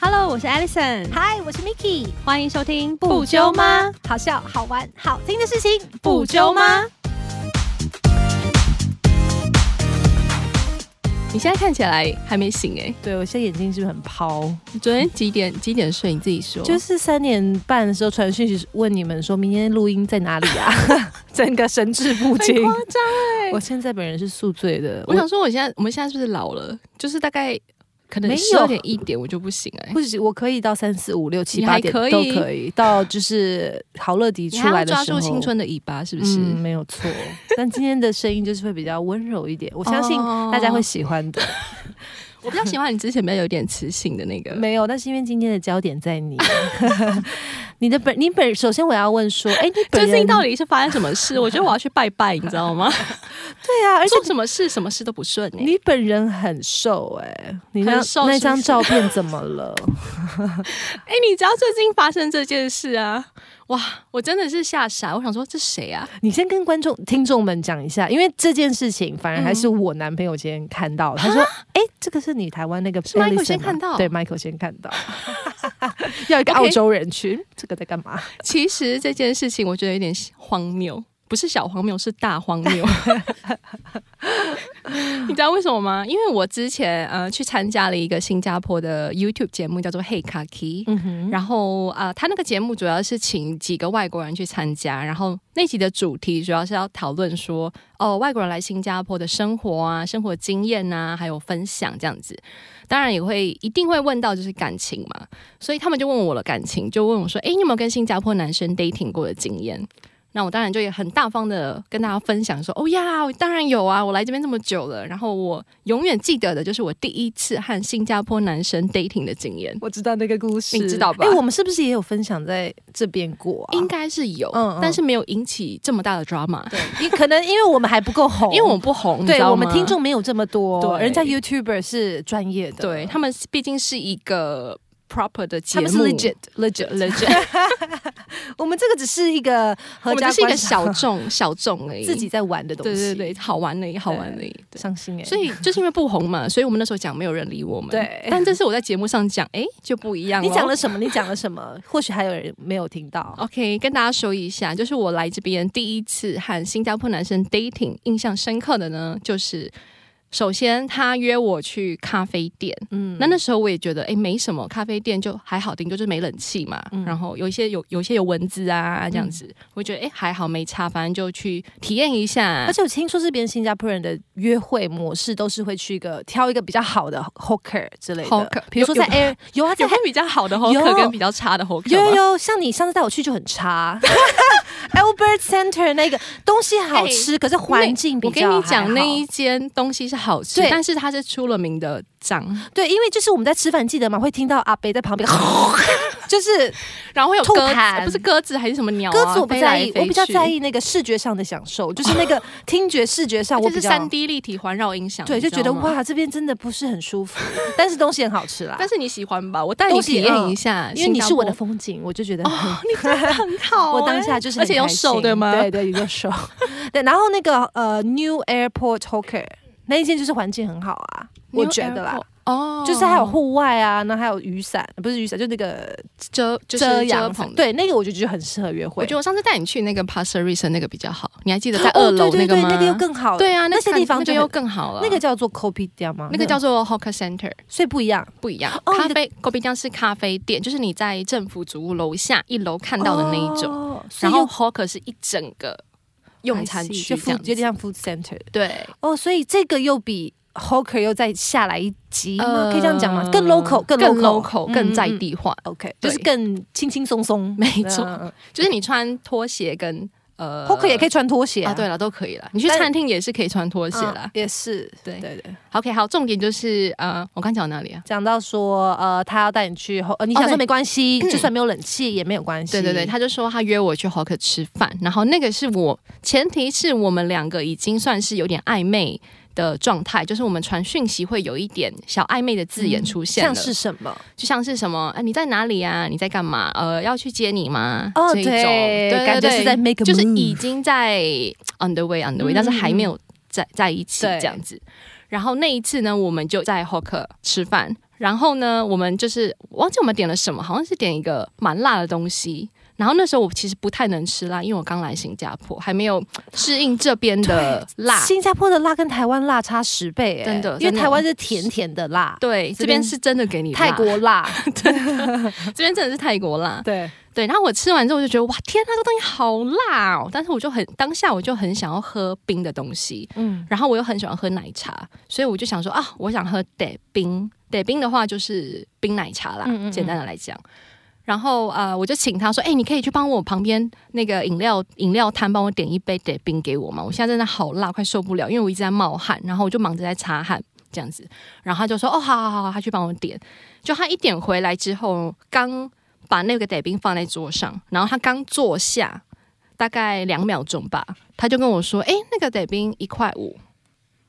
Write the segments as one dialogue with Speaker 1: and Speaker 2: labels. Speaker 1: Hello，我是 Alison，
Speaker 2: 嗨，我是 Miki，
Speaker 1: 欢迎收听？？
Speaker 2: 好笑、好玩、好听的事情，？？
Speaker 3: 你现在看起来还没醒哎、
Speaker 2: 对我现在眼睛是不是很抛？
Speaker 3: 你昨天几点几点睡？你自己说。
Speaker 2: 就是三点半的时候传讯息问你们说明天录音在哪里 啊？整个神志不清。
Speaker 3: 张哎
Speaker 2: 我现在本人是宿醉的，
Speaker 3: 我想说，我现在我们现在是不是老了？就是大概可
Speaker 2: 没
Speaker 3: 能
Speaker 2: 有
Speaker 3: 十二点一点我就不醒哎、
Speaker 2: 不行，我可以到三四五六七
Speaker 3: 你
Speaker 2: 八
Speaker 3: 还
Speaker 2: 点
Speaker 3: 可以
Speaker 2: 都可以，到就是好乐迪
Speaker 3: 你
Speaker 2: 出
Speaker 3: 还
Speaker 2: 来
Speaker 3: 要
Speaker 2: 的时
Speaker 3: 抓
Speaker 2: 候，
Speaker 3: 住青春的尾巴，是不是？
Speaker 2: 嗯，没有错。但今天的声音就是会比较温柔一点，我相信
Speaker 3: 哦
Speaker 2: 大家会喜欢 的。
Speaker 3: 我比较喜欢你之前比较有点磁性的那个。
Speaker 2: 没有，但是因为今天的焦点在你， 你的本你本首先我要问说，哎，你
Speaker 3: 这
Speaker 2: 本
Speaker 3: 事情
Speaker 2: 人
Speaker 3: 到底是发生什么事？我觉得我要去拜拜，你知道 吗？
Speaker 2: 对啊，而且
Speaker 3: 做什么事什么事都不顺哎、
Speaker 2: 你本人很瘦哎、你那
Speaker 3: 很瘦
Speaker 2: 那
Speaker 3: 是不
Speaker 2: 张
Speaker 3: 是
Speaker 2: 照片怎么 了？
Speaker 3: 哎、你知道最近发生这件事啊？哇，我真的是吓傻！我想说这谁啊？
Speaker 2: 你先跟观众听众们讲一下，因为这件事情反而还
Speaker 3: 嗯
Speaker 2: 是我男朋友今天看到，他说：“哎、这个是你台湾那个
Speaker 3: 是 Michael
Speaker 2: Alison
Speaker 3: 先
Speaker 2: 吗
Speaker 3: 看到
Speaker 2: 对，Michael 先看到， 要一个
Speaker 3: OK
Speaker 2: 澳洲人去这个在干嘛？
Speaker 3: 其实这件事情我觉得有点荒谬，不是小荒谬，是大荒谬。 你知道为什么吗？因为我之前呃去参加了一个新加坡的 YouTube 节目，叫做《Hey Kaki》。
Speaker 2: 嗯哼，
Speaker 3: 然后啊、呃他那个节目主要是请几个外国人去参加，然后那集的主题主要是要讨论说，哦，外国人来新加坡的生活啊、生活经验啊，还有分享这样子。当然也会一定会问到就是感情嘛，所以他们就问我的感情，就问我说，诶，你有没有跟新加坡男生 dating 过的经验？那我当然就也很大方的跟大家分享说，哦呀，我当然有啊，我来这边这么久了，然后我永远记得的就是我第一次和新加坡男生 dating 的经验。
Speaker 2: 我知道那个故事，
Speaker 3: 你知道吧
Speaker 2: 哎、我们是不是也有分享在这边过啊？
Speaker 3: 应该是有，
Speaker 2: 嗯嗯
Speaker 3: 但是没有引起这么大的 drama，
Speaker 2: 你可能因为我们还不够红，
Speaker 3: 因为我们不红，你
Speaker 2: 哦
Speaker 3: 知
Speaker 2: 对
Speaker 3: 道
Speaker 2: 我们
Speaker 3: 吗
Speaker 2: 听。众没有这么多，
Speaker 3: 对
Speaker 2: 人家 YouTuber 是专业的，
Speaker 3: 对他们毕竟是一个 proper 的节
Speaker 2: 他
Speaker 3: 目，
Speaker 2: 们是 legit legit
Speaker 3: legit，
Speaker 2: 我们这个只是一个
Speaker 3: 我
Speaker 2: 合
Speaker 3: 们
Speaker 2: 家
Speaker 3: 只
Speaker 2: 观赏，
Speaker 3: 是 一个小众小众而已，
Speaker 2: 自己在玩的东
Speaker 3: 对
Speaker 2: 西，
Speaker 3: 对对，好玩而已，好玩而已。对欸
Speaker 2: 伤心哎、
Speaker 3: 所以就是因为不红嘛，所以我们那时候讲没有人理我们。
Speaker 2: 对
Speaker 3: 但这次我在节目上讲，哎，就不一样。
Speaker 2: 你讲了。什么？你讲了什么？ 或许还有人没有听到。
Speaker 3: OK，跟大家说一下，就是我来这边第一次和新加坡男生 dating，印象深刻的呢，就是首先他约我去咖啡店，
Speaker 2: 嗯
Speaker 3: 那那时候我也觉得，哎、没什么，咖啡店就还好，顶多就是没冷气嘛。然后有一些有有一些有蚊子啊这样子，我觉得哎、诶还好没差，反正就去体验一下
Speaker 2: 而。且我听说这边新加坡人的约会模式都是会去一个挑一个比较好的 hooker 之类的
Speaker 3: Hawker，
Speaker 2: 比如说在
Speaker 3: 呃
Speaker 2: air 有
Speaker 3: 有
Speaker 2: 啊，在
Speaker 3: 有会比较好的 h
Speaker 2: 有
Speaker 3: o 跟比较差的 h o
Speaker 2: 有有有，像你上次带我去就很差 ，Albert Center 那个东西好吃，可是环境比
Speaker 3: 哎我
Speaker 2: 较
Speaker 3: 跟你
Speaker 2: 还
Speaker 3: 讲，那
Speaker 2: 好
Speaker 3: 一间东西是好吃
Speaker 2: 对，
Speaker 3: 但是它是出了名的脏，
Speaker 2: 对，因为就是我们在吃饭，记得吗？会听到阿北在旁边， 就是
Speaker 3: 然后会有
Speaker 2: 吐
Speaker 3: 鸽子，
Speaker 2: 痰
Speaker 3: 呃不是鸽子还是什么鸟、啊？
Speaker 2: 鸽子我不
Speaker 3: 飞
Speaker 2: 在
Speaker 3: 来
Speaker 2: 意，
Speaker 3: 飞
Speaker 2: 我比较
Speaker 3: 去
Speaker 2: 在，意那个视觉上的享受，就是那 个听觉、视觉上我
Speaker 3: 就
Speaker 2: 比
Speaker 3: 是
Speaker 2: 较
Speaker 3: 三 D 立体环绕音响，
Speaker 2: 对，
Speaker 3: 你
Speaker 2: 就
Speaker 3: 知
Speaker 2: 觉得
Speaker 3: 道吗。
Speaker 2: 哇，这边真的不是很舒服，但是东西很好吃啦。
Speaker 3: 但是你喜欢吧？我带你
Speaker 2: 东西
Speaker 3: 体验一下，
Speaker 2: 因为你是我的
Speaker 3: 新加
Speaker 2: 风景，我就觉得
Speaker 3: 坡
Speaker 2: 很
Speaker 3: 哦，你真的 很 好、啊
Speaker 2: 我当
Speaker 3: 诶
Speaker 2: 下就是
Speaker 3: 而
Speaker 2: 很
Speaker 3: 且又
Speaker 2: 开心
Speaker 3: 瘦对吗
Speaker 2: 对对，又 瘦。对，然后那个呃，New Airport Hawker 那一间就是环境很好啊，我觉得啦
Speaker 3: New Airport，，哦，
Speaker 2: 就是还有户外啊，那还有雨伞，不是雨伞，就那个
Speaker 3: 遮就是
Speaker 2: 遮阳伞
Speaker 3: 遮棚。的。
Speaker 2: 对，那个我就觉得很适合约
Speaker 3: 我
Speaker 2: 会
Speaker 3: 觉。得我上次带你去那个 p a s a r i s 那个比较好，你还记得在
Speaker 2: 哦
Speaker 3: 二楼
Speaker 2: 对对
Speaker 3: 个
Speaker 2: 对
Speaker 3: 吗？
Speaker 2: 那个又更好了。
Speaker 3: 对啊，
Speaker 2: 那
Speaker 3: 那
Speaker 2: 些
Speaker 3: 看
Speaker 2: 地方
Speaker 3: 那
Speaker 2: 就
Speaker 3: 个
Speaker 2: 很
Speaker 3: 又更好了。
Speaker 2: 那个叫做 copy 店吗？
Speaker 3: 那个叫做 Hawker Center，
Speaker 2: 所以不一样。
Speaker 3: 不一样。
Speaker 2: 哦
Speaker 3: 咖
Speaker 2: 你的
Speaker 3: 啡 k o b 是咖啡店，就是你在政府主屋楼下一楼看到的那一种。
Speaker 2: 哦，
Speaker 3: 然后 Hawker 是一整个用餐
Speaker 2: 所以
Speaker 3: 区
Speaker 2: 又就
Speaker 3: 这
Speaker 2: food
Speaker 3: 样
Speaker 2: 有点
Speaker 3: 子。
Speaker 2: 像 food center
Speaker 3: 对，
Speaker 2: 哦，所以这个又比 hawker 又再下来一级吗？
Speaker 3: 呃
Speaker 2: 啊可以这样讲吗？更 local，
Speaker 3: 更
Speaker 2: local，
Speaker 3: local，更在
Speaker 2: 嗯。嗯嗯
Speaker 3: 地化。
Speaker 2: OK，就
Speaker 3: 对
Speaker 2: 是更轻轻松松，
Speaker 3: 没错
Speaker 2: 嗯。
Speaker 3: 就是你穿拖鞋跟呃
Speaker 2: Hawker 也可以穿拖鞋
Speaker 3: 啊，对，了，都可以了。你去
Speaker 2: 但
Speaker 3: 餐厅也是可以穿拖鞋啦
Speaker 2: 嗯。也是，
Speaker 3: 对
Speaker 2: 对对。
Speaker 3: OK，好，重点就是呃，我刚讲到哪里啊？
Speaker 2: 讲到说，呃，他要带你去后，呃，你
Speaker 3: 哦
Speaker 2: 想说
Speaker 3: 对
Speaker 2: 没关系，就算没有冷气也没有关系。
Speaker 3: 对对对，他就说他约我去 Hawker 吃饭，然后那个是我前提是我们两个已经算是有点暧昧的状态，就是我们传讯息会有一点小暧昧的字眼出现了，
Speaker 2: 嗯像是什么？
Speaker 3: 就像是什么，哎、你在哪里啊？你在干嘛？呃，要去接你吗？
Speaker 2: 哦，
Speaker 3: 这一种，对对
Speaker 2: 感觉是在 make，a
Speaker 3: 就是
Speaker 2: move
Speaker 3: 已经在 on the way on the way，、
Speaker 2: 嗯
Speaker 3: 但是还没有在在一起
Speaker 2: 对
Speaker 3: 这样子。然后那一次呢，我们就在 Hawker 吃饭，然后呢，我们就是忘记我们点了什么，好像是点一个蛮辣的东西。然后那时候我其实不太能吃辣，因为我刚来新加坡，还没有适应这边的辣。
Speaker 2: 新加坡的辣跟台湾辣差十倍、欸，
Speaker 3: 真的
Speaker 2: 因为
Speaker 3: 真的
Speaker 2: 台湾是甜甜的辣，
Speaker 3: 对，
Speaker 2: 这
Speaker 3: 这
Speaker 2: 边
Speaker 3: 边是真的给你辣
Speaker 2: 泰国 辣，
Speaker 3: 这边真的是泰国辣。
Speaker 2: 对，
Speaker 3: 对，然后我吃完之后我就觉得哇，天啊，这东西好辣哦！但是我就很当下我就很想要喝冰的东西，
Speaker 2: 嗯，
Speaker 3: 然后我又很喜欢喝奶茶，所以我就想说啊，我想喝得冰，得冰的话就是冰奶茶啦，
Speaker 2: 嗯嗯嗯
Speaker 3: 简单的来讲。然后啊、呃我就请他说：“哎、你可以去帮我旁边那个饮料饮料摊帮我点一杯得冰给我吗？我现在真的好辣，快受不了，因为我一直在冒汗，然后我就忙着在擦汗这样子。”然后他就说：“哦，好好好好，他去帮我点。”就他一点回来之后，刚把那个得冰放在桌上，然后他刚坐下，大概两秒钟吧，他就跟我说：“哎、那个得冰一块五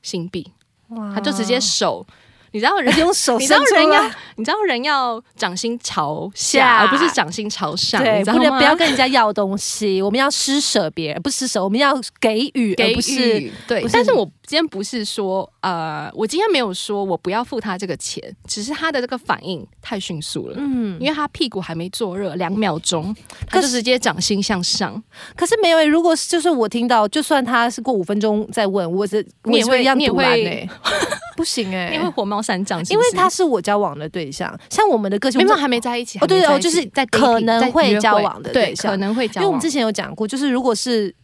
Speaker 3: 新币。”
Speaker 2: 哇
Speaker 3: 他就直接手，你知道人
Speaker 2: 用手
Speaker 3: 你知道
Speaker 2: 伸出
Speaker 3: 人要
Speaker 2: 来，
Speaker 3: 你知道人要掌心朝
Speaker 2: 啊下
Speaker 3: 下，而不是掌心朝上，你
Speaker 2: 对，
Speaker 3: 知
Speaker 2: 不
Speaker 3: 道
Speaker 2: 能
Speaker 3: 吗？
Speaker 2: 不要跟人家要东西，我们要施舍别人，不施舍，我们要给予，
Speaker 3: 给
Speaker 2: 而不是
Speaker 3: 予对
Speaker 2: 不是，
Speaker 3: 但是我今天不是说呃，我今天没有说我不要付他这个钱，只是他的这个反应太迅速了，
Speaker 2: 嗯。
Speaker 3: 因为他屁股还没坐热，两秒钟他
Speaker 2: 可
Speaker 3: 就是直接掌心向上，
Speaker 2: 可是没有欸、如果是就是我听到，就算他是过五分钟再问，我是
Speaker 3: 你也
Speaker 2: 我是一样
Speaker 3: 会你也
Speaker 2: 堵拦
Speaker 3: 会
Speaker 2: 欸不行哎、
Speaker 3: 因为火冒三丈是
Speaker 2: 因
Speaker 3: 不
Speaker 2: 为
Speaker 3: 是，
Speaker 2: 他是我交往的对象，像我们的个性，
Speaker 3: 没有
Speaker 2: 我们
Speaker 3: 还没在一起，
Speaker 2: 哦对
Speaker 3: 还没
Speaker 2: 哦
Speaker 3: 在一起
Speaker 2: 就是
Speaker 3: 在
Speaker 2: 可
Speaker 3: dating，
Speaker 2: 能
Speaker 3: 在
Speaker 2: 会
Speaker 3: 约
Speaker 2: 交往的
Speaker 3: 对，
Speaker 2: 对象
Speaker 3: 可能会交
Speaker 2: 因为
Speaker 3: 往，
Speaker 2: 我们之前有讲过，就是如果是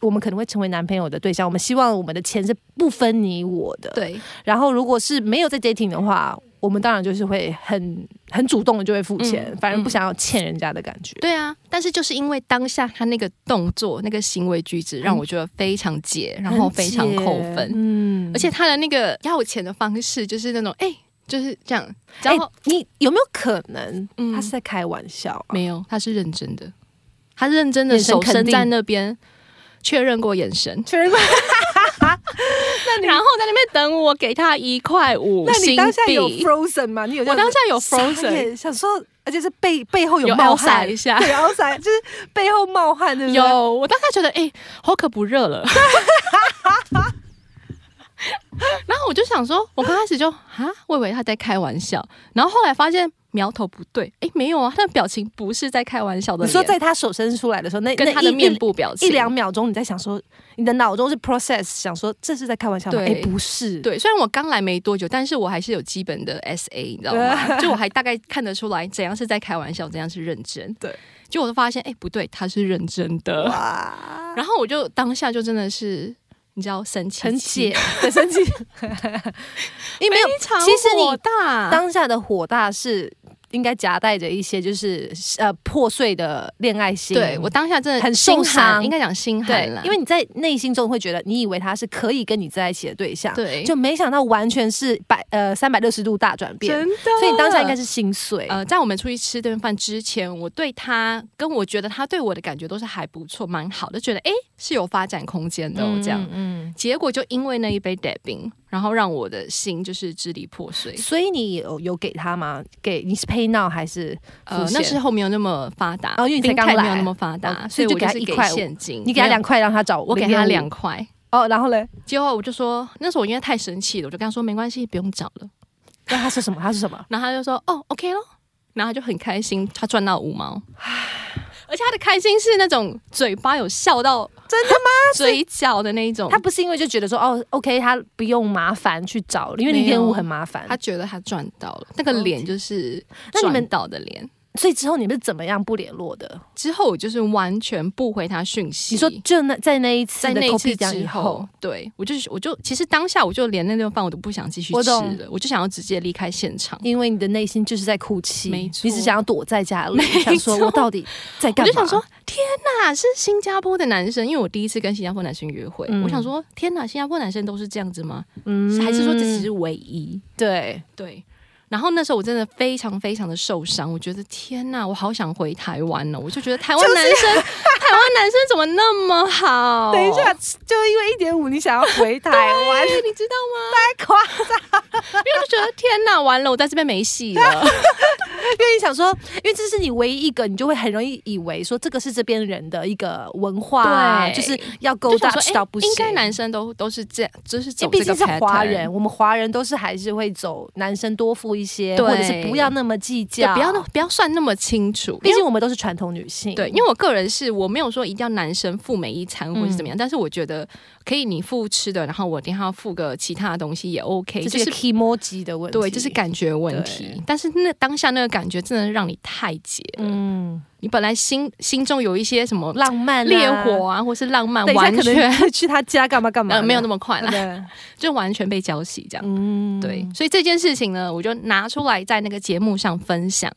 Speaker 2: 我们可能会成为男朋友的对象，我们希望我们的钱是不分你我的。。
Speaker 3: 对
Speaker 2: 然后如果是没有在 dating 的话，我们当然就是会很很主动的就会付钱，
Speaker 3: 嗯
Speaker 2: 反正不想要欠人家的感觉。
Speaker 3: 对啊，但是就是因为当下他那个动作、那个行为举止，让我觉得非常解，然后非常扣
Speaker 2: 嗯很解
Speaker 3: 分，
Speaker 2: 嗯
Speaker 3: 而且他的那个要钱的方式就是那种哎、就是这样，
Speaker 2: 哎、
Speaker 3: 然后、
Speaker 2: 你有没有可能
Speaker 3: 嗯
Speaker 2: 他是在开玩笑、啊？
Speaker 3: 没有，他是认真的，他是认真的
Speaker 2: 眼神
Speaker 3: 手
Speaker 2: 肯
Speaker 3: 伸
Speaker 2: 定
Speaker 3: 在那边确认过眼神，
Speaker 2: 确认过。
Speaker 3: 然后在那边等我给他一块五
Speaker 2: 那你
Speaker 3: 新
Speaker 2: 当下有
Speaker 3: 币，
Speaker 2: frozen 吗？你有这
Speaker 3: 我
Speaker 2: 样子
Speaker 3: 当下有
Speaker 2: 傻
Speaker 3: frozen，
Speaker 2: 眼想说，而且是背背后
Speaker 3: 有
Speaker 2: 冒
Speaker 3: L
Speaker 2: 汗
Speaker 3: 闪一下。
Speaker 2: 对，然后才就是背后冒汗，对不对？
Speaker 3: 有，我当时觉得，哎、好可不 热了。然后我就想说，我刚开始就啊，我以为他在开玩笑，然后后来发现苗头不对，哎、没有啊，他的表情不是在开玩笑的
Speaker 2: 你
Speaker 3: 脸，
Speaker 2: 说在他手伸出来的时候，那
Speaker 3: 跟
Speaker 2: 那
Speaker 3: 他的
Speaker 2: 一
Speaker 3: 面部表
Speaker 2: 一
Speaker 3: 情
Speaker 2: 一两秒钟，你在想说，你的脑中是 process 想说这是在开玩笑吗？
Speaker 3: 对
Speaker 2: 哎，不是，，
Speaker 3: 对，虽然我刚来没多久，但是我还是有基本的 SA，你知道吗？就我还大概看得出来怎样是在开玩笑，怎样是认真。
Speaker 2: 对，
Speaker 3: 结果我就发现，哎、不对，他是认真的。
Speaker 2: 哇，
Speaker 3: 然后我就当下就真的是，你知道，生气
Speaker 2: 很
Speaker 3: 气
Speaker 2: 解，很生气， 因为没有啊
Speaker 3: 非常
Speaker 2: 其实你
Speaker 3: 火大
Speaker 2: 当下的火大是应该夹带着一些就是呃破碎的恋爱心，
Speaker 3: 对我。当下真的
Speaker 2: 很
Speaker 3: 心
Speaker 2: 受
Speaker 3: 寒
Speaker 2: 伤
Speaker 3: 应该讲心寒
Speaker 2: 对
Speaker 3: 了，，
Speaker 2: 因为你在内心中会觉得，你以为他是可以跟你在一起的对象，
Speaker 3: 对
Speaker 2: 就没想到完全是百呃三百六十度大转变，
Speaker 3: 的，
Speaker 2: 所以你当下应该是心碎。
Speaker 3: 呃，在我们出去吃顿饭之前，我对他跟我觉得他对我的感觉都是还不错，蛮好的，觉得诶是有发展空间的、哦这样。
Speaker 2: 嗯，
Speaker 3: 结果就因为那一杯 d 冰，然后让我的心就是支离破碎。
Speaker 2: 所以你有有给他吗？给你是 pay now 还是
Speaker 3: 呃
Speaker 2: 付，现
Speaker 3: 那时候没有那么发达，
Speaker 2: 哦因为你才刚
Speaker 3: Fintech
Speaker 2: 来
Speaker 3: 没有那么发达，
Speaker 2: 哦所
Speaker 3: 所以
Speaker 2: 以就
Speaker 3: 我
Speaker 2: 给他
Speaker 3: 是
Speaker 2: 一
Speaker 3: 给
Speaker 2: 块五
Speaker 3: 现金，
Speaker 2: 你给他两块让他找？
Speaker 3: 没有，我给他
Speaker 2: 0.5
Speaker 3: 两块。
Speaker 2: 哦，然后嘞，
Speaker 3: 结果我就说，那时候我因为太生气了，我就跟他说没关系，不用找了。
Speaker 2: 那他说什么？他说什么？
Speaker 3: 然后他就说：“哦，OK 咯。”然后他就很开心，他赚到五毛。而且他的开心是那种嘴巴有笑到
Speaker 2: 真的
Speaker 3: 吗？ 嘴角的那一种。
Speaker 2: 他
Speaker 3: 他
Speaker 2: 不是因为就觉得说哦，OK，他不用麻烦去找，因为零
Speaker 3: 没有
Speaker 2: 点五很麻烦
Speaker 3: 他。觉得他赚到了，那个
Speaker 2: 哦
Speaker 3: 脸就是
Speaker 2: 那你们
Speaker 3: 赚到的脸。
Speaker 2: 所以之后你们是怎么样不联络的？
Speaker 3: 之后我就是完全不回他讯息。
Speaker 2: 你说就那在那一次
Speaker 3: 在
Speaker 2: 的
Speaker 3: 那一
Speaker 2: copy
Speaker 3: 次
Speaker 2: 奖以
Speaker 3: 之后，，对我就是我就其实当下我就连那顿饭我都不想继续
Speaker 2: 我
Speaker 3: 吃
Speaker 2: 懂
Speaker 3: 了，我就想要直接离开现场。
Speaker 2: 因为你的内心就是在哭泣，
Speaker 3: 没
Speaker 2: 你
Speaker 3: 错
Speaker 2: 只想要躲在家里
Speaker 3: 没，错
Speaker 2: 想说我到底在
Speaker 3: 我
Speaker 2: 干嘛？
Speaker 3: 就想说，天哪，是新加坡的男生，因为我第一次跟新加坡男生约会，
Speaker 2: 嗯
Speaker 3: 我想说，天哪，新加坡男生都是这样子吗？
Speaker 2: 嗯
Speaker 3: 还是说这只是唯一？
Speaker 2: 对
Speaker 3: 对。然后那时候我真的非常非常的受伤，我觉得天哪，我好想回台湾哦！我就觉得台湾男生， 台湾男生怎么那么好？
Speaker 2: 等一下，就因为一点五，你想要回台湾，
Speaker 3: 对，你知道吗？
Speaker 2: 太夸
Speaker 3: 因为我就觉得天哪，完了，我在这边没戏了。
Speaker 2: 愿意想说，因为这是你唯一一个，你就会很容易以为说这个是这边人的一个文化啊，
Speaker 3: 对
Speaker 2: 就是要勾
Speaker 3: 就
Speaker 2: 搭
Speaker 3: 想说，
Speaker 2: 吃到
Speaker 3: 哎
Speaker 2: 不行。
Speaker 3: 应该男生都都是这样，就是
Speaker 2: 因
Speaker 3: 走
Speaker 2: 为毕
Speaker 3: 这
Speaker 2: 竟
Speaker 3: 个
Speaker 2: 是华
Speaker 3: pattern
Speaker 2: 人，我们华人都是还是会走男生多付一些，
Speaker 3: 对
Speaker 2: 或者是不要那么计
Speaker 3: 对，
Speaker 2: 较，
Speaker 3: 啊不要那不要算那么清楚，
Speaker 2: 毕
Speaker 3: 因为
Speaker 2: 竟我们都是传统女性。
Speaker 3: 对，因为我个人是我没有说一定要男生付每一餐或是
Speaker 2: 嗯
Speaker 3: 怎么样，但是我觉得可以你付吃的，然后我一定要付个其他的东西也 OK，
Speaker 2: 这
Speaker 3: 就是是
Speaker 2: k i m o j i 的问题，
Speaker 3: 对，就是感觉问题
Speaker 2: 对。
Speaker 3: 但是那当下那个感觉真的让你太解了，
Speaker 2: 嗯，
Speaker 3: 你本来心心中有一些什么
Speaker 2: 浪漫啊
Speaker 3: 烈火啊，或是浪漫，
Speaker 2: 等一下
Speaker 3: 完
Speaker 2: 可
Speaker 3: 全
Speaker 2: 能 去他家干嘛干嘛
Speaker 3: 呃
Speaker 2: 的，
Speaker 3: 没有那么快啦，
Speaker 2: 对，
Speaker 3: 就完全被浇熄这样。
Speaker 2: 嗯，
Speaker 3: 对，所以这件事情呢，我就拿出来在那个节目上分享。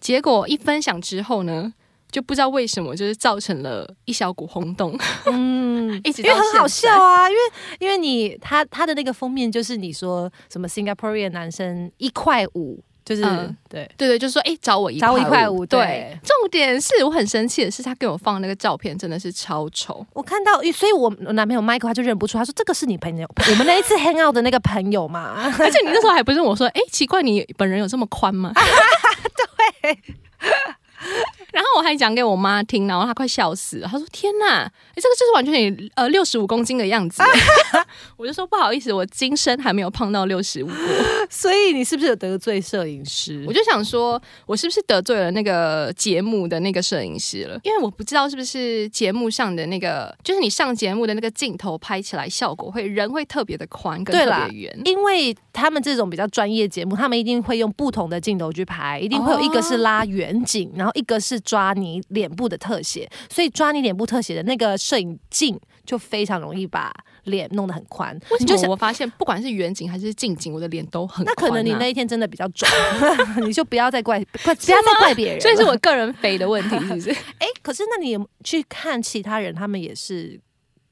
Speaker 3: 结果一分享之后呢，就不知道为什么，就是造成了一小股轰动，
Speaker 2: 嗯，
Speaker 3: 一直
Speaker 2: 因为
Speaker 3: 到
Speaker 2: 很好
Speaker 3: 现
Speaker 2: 笑
Speaker 3: 在。
Speaker 2: 啊，因为因为你他他的那个封面就是你说什么 Singaporean 男生一块五，就是、
Speaker 3: 嗯
Speaker 2: 对
Speaker 3: 对对，就说哎、找我一
Speaker 2: 找我一块五，
Speaker 3: 对，
Speaker 2: 对
Speaker 3: 重点是我很生气的是，他给我放那个照片真的是 超丑，
Speaker 2: 我看到，所以我我男朋友 Michael 他就认不出，他说这个是你朋友，我们那一次 hang out 的那个朋友嘛，
Speaker 3: 而且你那时候还不是我说，哎、奇怪，你本人有这么宽吗？对。 然后我还讲给我妈听，然后她快笑死了。她说：“天哪，哎，这个就是完全你呃六十五公斤的样子。” 我就说：“不好意思，我今生还没有胖到六十五过。
Speaker 2: 所以你是不是有得罪摄影师”
Speaker 3: 我？就想说，我是不是得罪了那个节目的那个摄影师了？因为我不知道是不是节目上的那个，就是你上节目的那个镜头拍起来效果会人会特别的宽，跟
Speaker 2: 对
Speaker 3: 特
Speaker 2: 啦
Speaker 3: 别圆。
Speaker 2: 因为他们这种比较专业节目，他们一定会用不同的镜头去拍，一定会有一个
Speaker 3: 哦
Speaker 2: 是拉远景，然后一个是抓你脸部的特写，所以抓你脸部特写的那个摄影镜就非常容易把脸弄得很宽。
Speaker 3: 为
Speaker 2: 你就
Speaker 3: 什
Speaker 2: 想
Speaker 3: 么我发现不管是远景还是近景，我的脸都很
Speaker 2: 那可能你那
Speaker 3: 宽啊
Speaker 2: 一天真的比较肿， 你就不要再怪 怪不要再怪别人了。
Speaker 3: 所以是我个人肥的问题，是不是？
Speaker 2: 哎、可是那你有去看其他人，他们也是